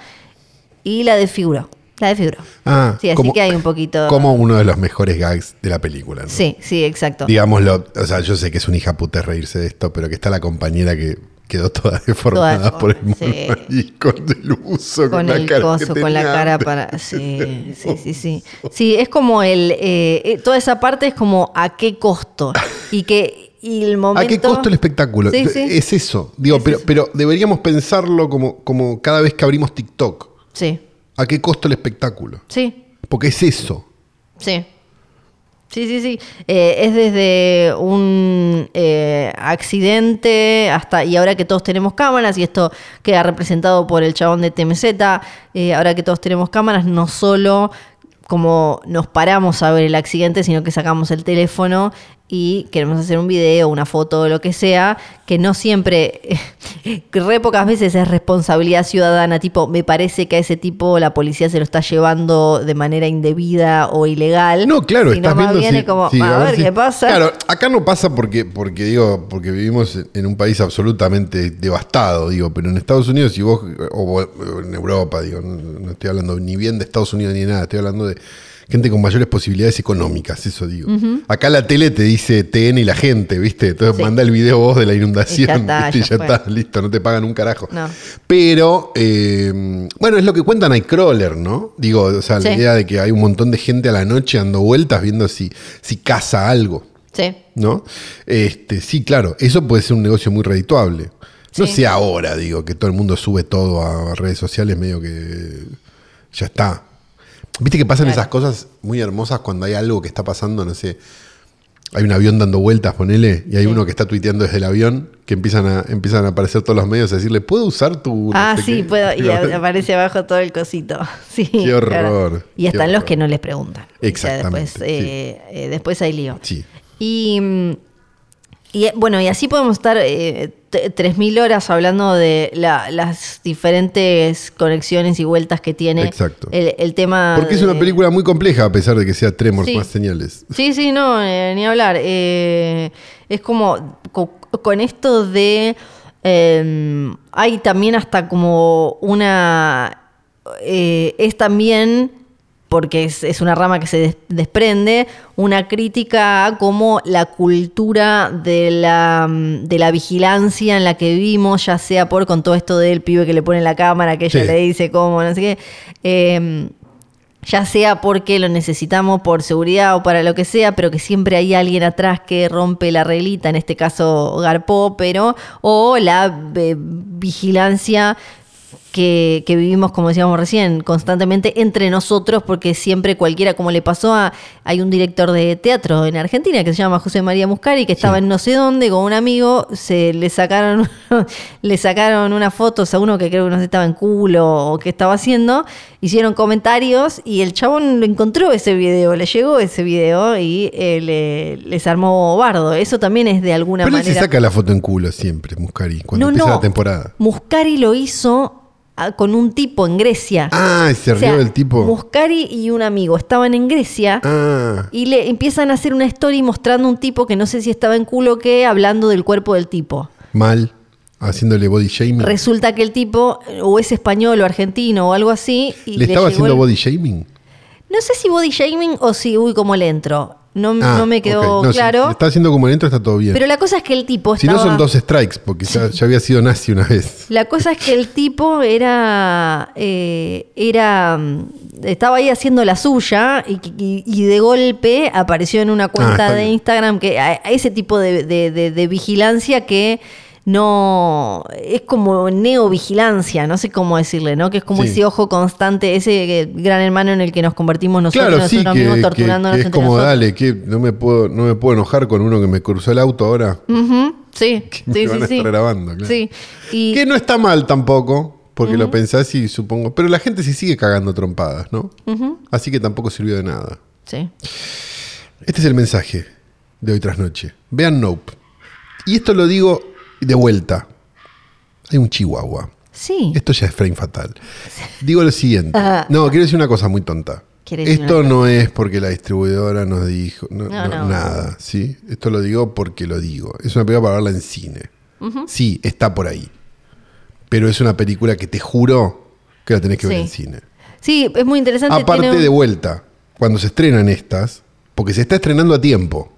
y la desfiguró. La desfiguró.
Ah,
sí, así
como-
que hay un poquito.
Como uno de los mejores gags de la película, ¿no?
Sí, sí, exacto.
Digámoslo, o sea, yo sé que es un hija puta reírse de esto, pero que está la compañera que quedó toda deformada
deforme,
por el mono
sí.
ahí, con el uso,
con
la
el
cara que
coso, con la
tenía
cara
antes.
para. Sí, sí, sí, sí. Sí, es como el. eh, eh, toda esa parte es como a qué costo. Y que. Y el momento.
¿A qué costo el espectáculo?
Sí, sí.
Es eso. Digo,
Es
pero,
eso.
pero deberíamos pensarlo como, como cada vez que abrimos TikTok.
Sí,
¿A qué costo el espectáculo?
sí,
Porque es eso.
sí. Sí, sí, sí. Eh, es desde un eh, accidente hasta. Y ahora que todos tenemos cámaras, y esto queda representado por el chabón de TMZ, eh, ahora que todos tenemos cámaras, no solo como nos paramos a ver el accidente, sino que sacamos el teléfono y queremos hacer un video, una foto, lo que sea, que no siempre, que re pocas veces es responsabilidad ciudadana, tipo, me parece que a ese tipo la policía se lo está llevando de manera indebida o ilegal.
No, claro,
sino
estás
más
viendo
viene
si-
como,
si-
a, ver
si-
qué pasa.
Claro, acá no pasa porque, porque digo, porque vivimos en un país absolutamente devastado, digo, pero en Estados Unidos, si vos, o, vos- o en Europa, digo, no, no estoy hablando ni bien de Estados Unidos ni de nada, estoy hablando de gente con mayores posibilidades económicas, eso digo. Acá la tele te dice TN y la gente, ¿viste? Entonces
Sí.
manda el video vos de la inundación,
Y ya está,
¿viste? Y
ya
ya
fue.
está, listo, no te pagan un carajo.
No.
Pero, eh, bueno, es lo que cuenta Nightcrawler, ¿no? Digo, o sea, la
Sí.
idea de que hay un montón de gente a la noche dando vueltas viendo si, si caza algo,
Sí.
¿no? Este, sí, claro, eso puede ser un negocio muy redituable. No
Sí.
sé ahora, digo, que todo el mundo sube todo a redes sociales, medio que ya está. Viste que pasan
Claro.
esas cosas muy hermosas cuando hay algo que está pasando, no sé. Hay un avión dando vueltas, ponele, y hay uno que está tuiteando desde el avión, que empiezan a, empiezan a aparecer todos los medios a decirle, ¿puedo usar tu...? no
Ah,
sé
sí,
qué?"
puedo. Y
Digo,
a- aparece abajo todo el cosito. Sí,
Qué horror,
Y están
qué
los
horror.
que no les preguntan. O sea,
Exactamente,
después, eh, eh, después hay lío.
Sí.
Y, mm, y, eh, bueno, y así podemos estar eh, t- 3.000 horas hablando de la- las diferentes conexiones y vueltas que tiene
Exacto.
El, el tema.
Porque es una
de-
película muy compleja, a pesar de que sea Tremors
eh, Sí.
más señales.
Sí, sí, no, eh, ni hablar. Eh, es como co- con esto de... eh, hay también hasta como una... eh, es también, porque es, es una rama que se des- desprende, una crítica a cómo la cultura de la, mm, de la vigilancia en la que vivimos, ya sea por con todo esto del pibe que le pone la cámara, que ella
Sí.
le dice cómo, no sé qué. eh, ya sea porque lo necesitamos por seguridad o para lo que sea, pero que siempre hay alguien atrás que rompe la reglita, en este caso Garpó, pero, o la eh, vigilancia que, que vivimos, como decíamos recién, constantemente entre nosotros, porque siempre cualquiera, como le pasó a, hay un director de teatro en Argentina que se llama José María Muscari, que estaba en no sé dónde con un amigo, se le sacaron, le sacaron unas fotos a uno que creo que no sé, estaba en culo o qué estaba haciendo, hicieron comentarios y el chabón lo encontró ese video, le llegó ese video y eh, le- les armó bardo. Eso también es de alguna
Pero él se
manera
saca la foto en culo siempre, Muscari, cuando empieza la temporada.
Muscari lo hizo ah, con un tipo en Grecia.
Ah, y se
O sea,
rió del tipo.
Muscari y un amigo estaban en Grecia
Ah,
y le empiezan a hacer una story mostrando un tipo que no sé si estaba en culo o qué, hablando del cuerpo del tipo.
mal, haciéndole body shaming.
Resulta que el tipo eh, o es español o argentino o algo así. Y
¿Le estaba
llegó
haciendo
el-
body shaming?
No sé si body shaming o si, uy, como le entro. No,
Ah,
Mm, no me quedó
ok. No, si- Si,
claro.
está haciendo como dentro, está todo bien.
Pero la cosa es que el tipo
si
estaba...
no, son dos strikes, porque ya, ya había sido nazi una vez.
La cosa es que el tipo era. eh, era. mm, estaba ahí haciendo la suya y, y- y de golpe apareció en una
Ah,
cuenta
está
de
bien.
Instagram que a, a ese tipo de, de- de- de vigilancia que no es como neovigilancia, no sé cómo decirle, ¿no? Que es como
Sí.
ese ojo constante, ese eh, gran hermano en el que nos convertimos nosotros,
Claro, sí,
nosotros
que,
mismos
que-
torturándonos
que es
entre
como,
nosotros.
dale, que no me, puedo, no me puedo enojar con uno que me cruzó el auto ahora.
Ujú, Sí,
Que
sí,
me
sí,
van a
sí.
estar grabando, claro.
Sí. Y
Que no está mal tampoco, porque lo pensás y supongo. Pero la gente se sigue cagando trompadas, ¿no? Así que tampoco sirvió de nada.
sí.
Este es el mensaje de hoy tras noche. Vean Nope. Y esto lo digo de vuelta. Hay un chihuahua.
Sí.
Esto ya es frame fatal. Digo lo siguiente.
Ajá.
No, quiero decir una cosa muy tonta.
Quiere Ah. decir
Esto
una
no es porque la distribuidora nos dijo, no,
No,
no,
no.
nada, ¿sí? Esto lo digo porque lo digo. Es una película para verla en cine. Sí, está por ahí. Pero es una película que te juro que la tenés que ver
Sí.
en cine.
Sí, es muy interesante.
Aparte
tiene un-
de vuelta, cuando se estrenan estas, porque se está estrenando a tiempo.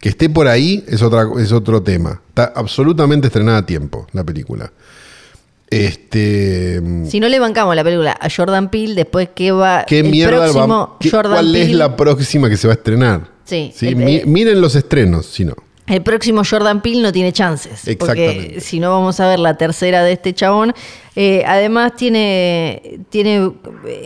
Que esté por ahí es, otra, es otro tema. Está absolutamente estrenada a tiempo la película. Este.
Si no le bancamos la película a Jordan Peele, después que va
¿Qué
el
mierda va-
próximo
qué-
Jordan
¿Cuál es
Peele-
la próxima que se va a estrenar?
Sí,
¿Sí?
el- eh,
Mi-
el-
miren los estrenos, si no.
El próximo Jordan Peele no tiene chances.
Exactamente.
Porque si no vamos a ver la tercera de este chabón. Eh, además tiene, tiene,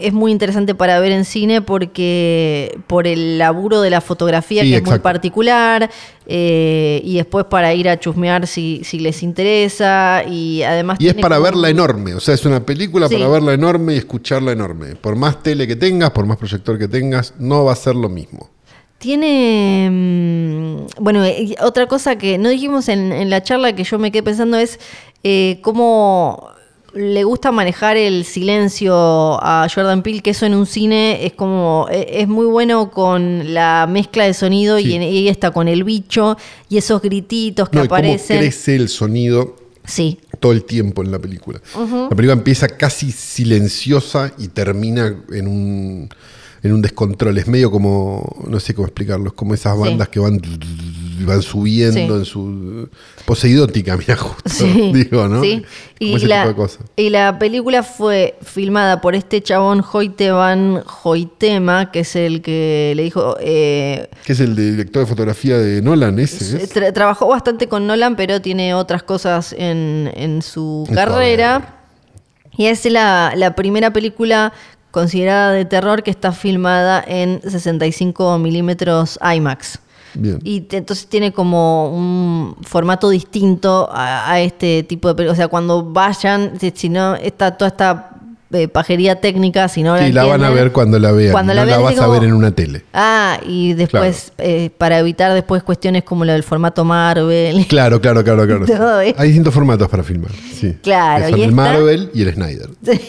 es muy interesante para ver en cine porque por el laburo de la fotografía
Sí,
que es muy
exacto.
particular eh, y después para ir a chusmear si, si les interesa y además
Y es
tiene
para
como-
verla enorme, o sea, es una película
Sí.
para verla enorme y escucharla enorme. Por más tele que tengas, por más proyector que tengas, no va a ser lo mismo.
Tiene. mm, Bueno, eh, otra cosa que no dijimos en, en la charla que yo me quedé pensando es eh, cómo le gusta manejar el silencio a Jordan Peele, que eso en un cine es como. e- Es muy bueno con la mezcla de sonido
Sí.
y, en- y está con el bicho y esos grititos que
No, y cómo
aparecen.
crece el sonido
Sí.
todo el tiempo en la película. La película empieza casi silenciosa y termina en un, en un descontrol. Es medio como, no sé cómo explicarlo, es como esas bandas que van, van subiendo
Sí.
en su... Poseidótica, mira, justo.
Sí,
Digo, ¿no?
sí.
Como
Y,
ese
la,
tipo de cosas.
y la película fue filmada por este chabón Joite Van Joitema, que es el que le dijo. eh,
Que es el director de fotografía de Nolan, ese. es?
tra- trabajó bastante con Nolan, pero tiene otras cosas en, en su
En
carrera. Y es la, la primera película considerada de terror que está filmada en 65 milímetros IMAX.
Bien.
Y te- entonces tiene como un formato distinto a, a este tipo de películas. O sea, cuando vayan, si, si no está toda esta eh, pajería técnica, si no
Sí, la van a
entienden-
ver cuando la vean.
Cuando la
no la
vean,
vas
así
a
como-
ver en una tele.
Ah, y después, eh, para evitar después cuestiones como lo del formato Marvel.
Claro, claro, claro, claro.
Todo
sí.
es-
Hay distintos formatos para filmar. Sí.
eh. Claro,
Que son
y
el
esta-
Marvel y el Snyder.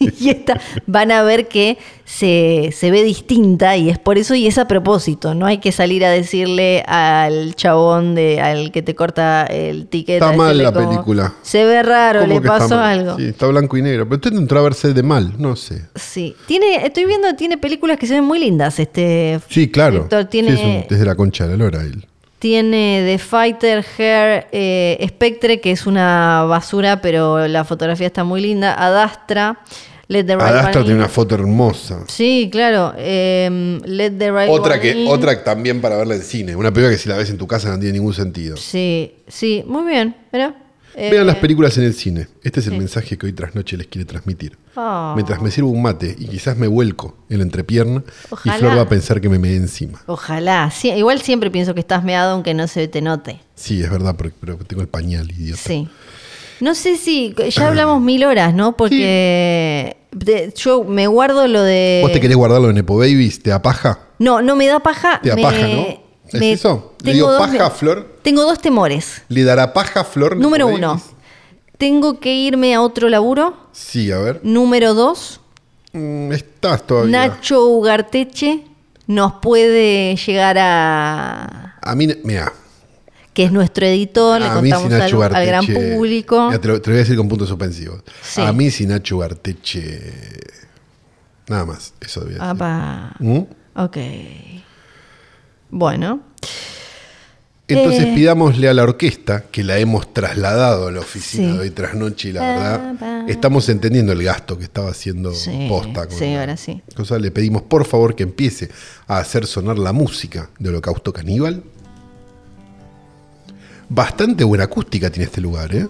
y esta van a ver que se, se ve distinta y es por eso y es a propósito. No hay que salir a decirle al chabón de al que te corta el ticket.
Está
a
mal
decirle
la
como,
película.
Se ve raro,
¿Cómo
le
que está
pasó
mal?
algo.
Sí,
Sí.
está blanco y negro. Pero usted entró a verse de mal, no sé.
tiene, estoy viendo, tiene películas que se ven muy lindas. Este
Sí, claro.
Héctor
Sí, es
tiene,
un- desde la concha de la lora él.
tiene The Fighter, Hair, eh, Spectre, que es una basura, pero la fotografía está muy linda. Adastra, Let the Right One
Adastra tiene
In.
una foto hermosa.
Sí, claro. em, Let the Right
Otra
One
que,
In.
otra también para verla en cine. Una película que si la ves en tu casa no tiene ningún sentido.
Sí, sí, muy bien. Mira. Eh,
Vean las películas en el cine. Este es el mensaje que hoy tras noche les quiere transmitir.
Ah.
Mientras me sirvo un mate y quizás me vuelco en la entrepierna y
Ojalá.
Flor va a pensar que me meé encima.
Ojalá. Sí, igual siempre pienso que estás meado aunque no se te note.
Sí, es verdad, pero, pero tengo el pañal, idiota.
Sí. No sé si. Ya hablamos mil horas, ¿no? Porque. de- yo me guardo lo de.
¿Vos te querés guardarlo en Epo Babies? ¿Te apaja?
No, no me da paja.
Te da
me-
paja, ¿no? ¿Es
me-
eso? ¿Le
tengo
dio
dos-
paja a Flor?
Tengo dos temores.
¿Le dará paja a Flor? en
Número
Epo
uno,
Babies?
tengo que irme a otro laburo.
Sí, a ver.
Número dos,
Mm, estás todavía.
Nacho Ugarteche nos puede llegar a.
A mí, mira.
que es nuestro editor, le
A mí
contamos
sin Nacho
al, al gran
Garteche-
público.
Mira, te, lo, te lo voy a decir con puntos suspensivos.
Sí.
A mí sin Nacho Garteche. Nada más, eso debía
Ah.
¿Mm? decir.
Apa.
¿Mm?
Ok. Bueno.
Entonces
Eh.
pidámosle a la orquesta, que la hemos trasladado a la oficina
Sí.
de hoy tras noche, y la
Pa,
verdad,
pa.
estamos entendiendo el gasto que estaba haciendo
Sí,
Posta. con
sí,
la
ahora sí.
cosa. Le pedimos por favor que empiece a hacer sonar la música de Holocausto Caníbal. Bastante buena acústica tiene este lugar, ¿eh?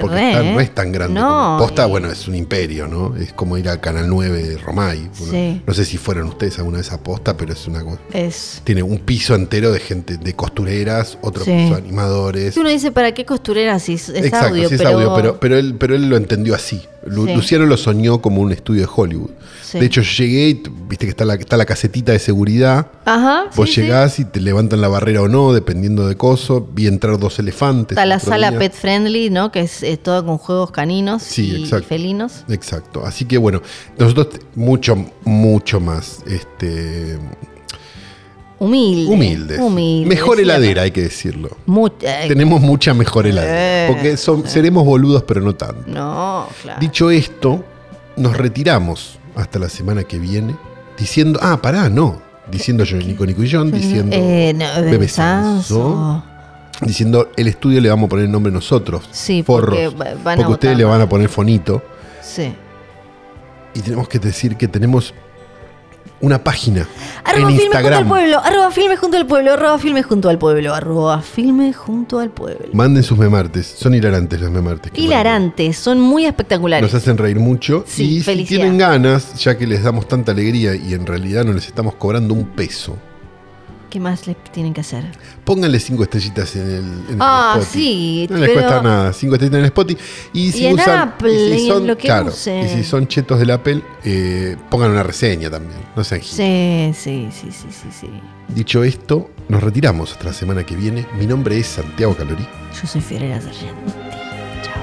Porque
Re,
está- no
¿eh?
es tan grande.
No,
como Posta,
y-
bueno, es un imperio, ¿no? Es como ir a Canal 9 de Romay. Bueno,
Sí.
No sé si fueron ustedes alguna vez a Posta, pero es una cosa...
Es.
Tiene un piso entero de gente, de costureras, otro
Sí.
piso de animadores.
Si uno dice, ¿para qué costurera si es, es
Exacto,
audio?
sí, es
pero...
audio, pero, pero él, pero él lo entendió así. Lu-
Sí.
Luciano lo soñó como un estudio de Hollywood.
Sí.
De hecho, yo llegué y t- viste que está la, está la casetita de seguridad.
Ajá.
Vos
sí, sí.
llegás y te levantan la barrera o no, dependiendo de coso. Vi entrar dos elefantes.
Está la
otro
sala
día.
pet friendly, ¿no? Que es eh, todo con juegos caninos
Sí,
y
exacto.
felinos.
Exacto. Así que bueno, nosotros t- mucho, mucho más este,
Humilde.
humildes.
Humilde.
Mejor
sí,
heladera, hay que decirlo.
Much- eh,
Tenemos mucha mejor heladera.
Eh,
porque son- seremos boludos, pero no tanto.
No, claro.
Dicho esto, nos retiramos hasta la semana que viene diciendo, ah, pará, no, diciendo yo Nico Nico y John, diciendo,
Eh, no,
Bebe
Sanso.
Sanso. diciendo el estudio le vamos a poner el nombre nosotros,
Sí,
forros,
porque va- van a
porque ustedes
votar,
le
¿no?
van a poner fonito
Sí.
y tenemos que decir que tenemos una página
Arroba
en
filme junto al
Instagram.
pueblo, arroba filme junto al pueblo, arroba filme junto al pueblo, arroba filme junto al pueblo.
Manden sus memartes, son hilarantes las memartes. que mandan.
Hilarantes, son muy espectaculares.
Nos hacen reír mucho
Sí,
y si
felicidad.
tienen ganas, ya que les damos tanta alegría y en realidad no les estamos cobrando un peso.
¿Qué más les tienen que hacer?
Pónganle cinco estrellitas en el, en el
Ah,
Spotify.
sí,
No les
pero-
cuesta nada. Cinco estrellitas en el Spotify. Y si
Y en
usan.
Apple,
y
y
si
en
son,
lo que
claro,
usen.
Y si son chetos del Apple, eh, pongan una reseña también. No sean giles.
Sí, sí, sí, sí, sí, sí.
Dicho esto, nos retiramos hasta la semana que viene. Mi nombre es Santiago Calorí.
Yo soy Fiorella Sargenti. Chao.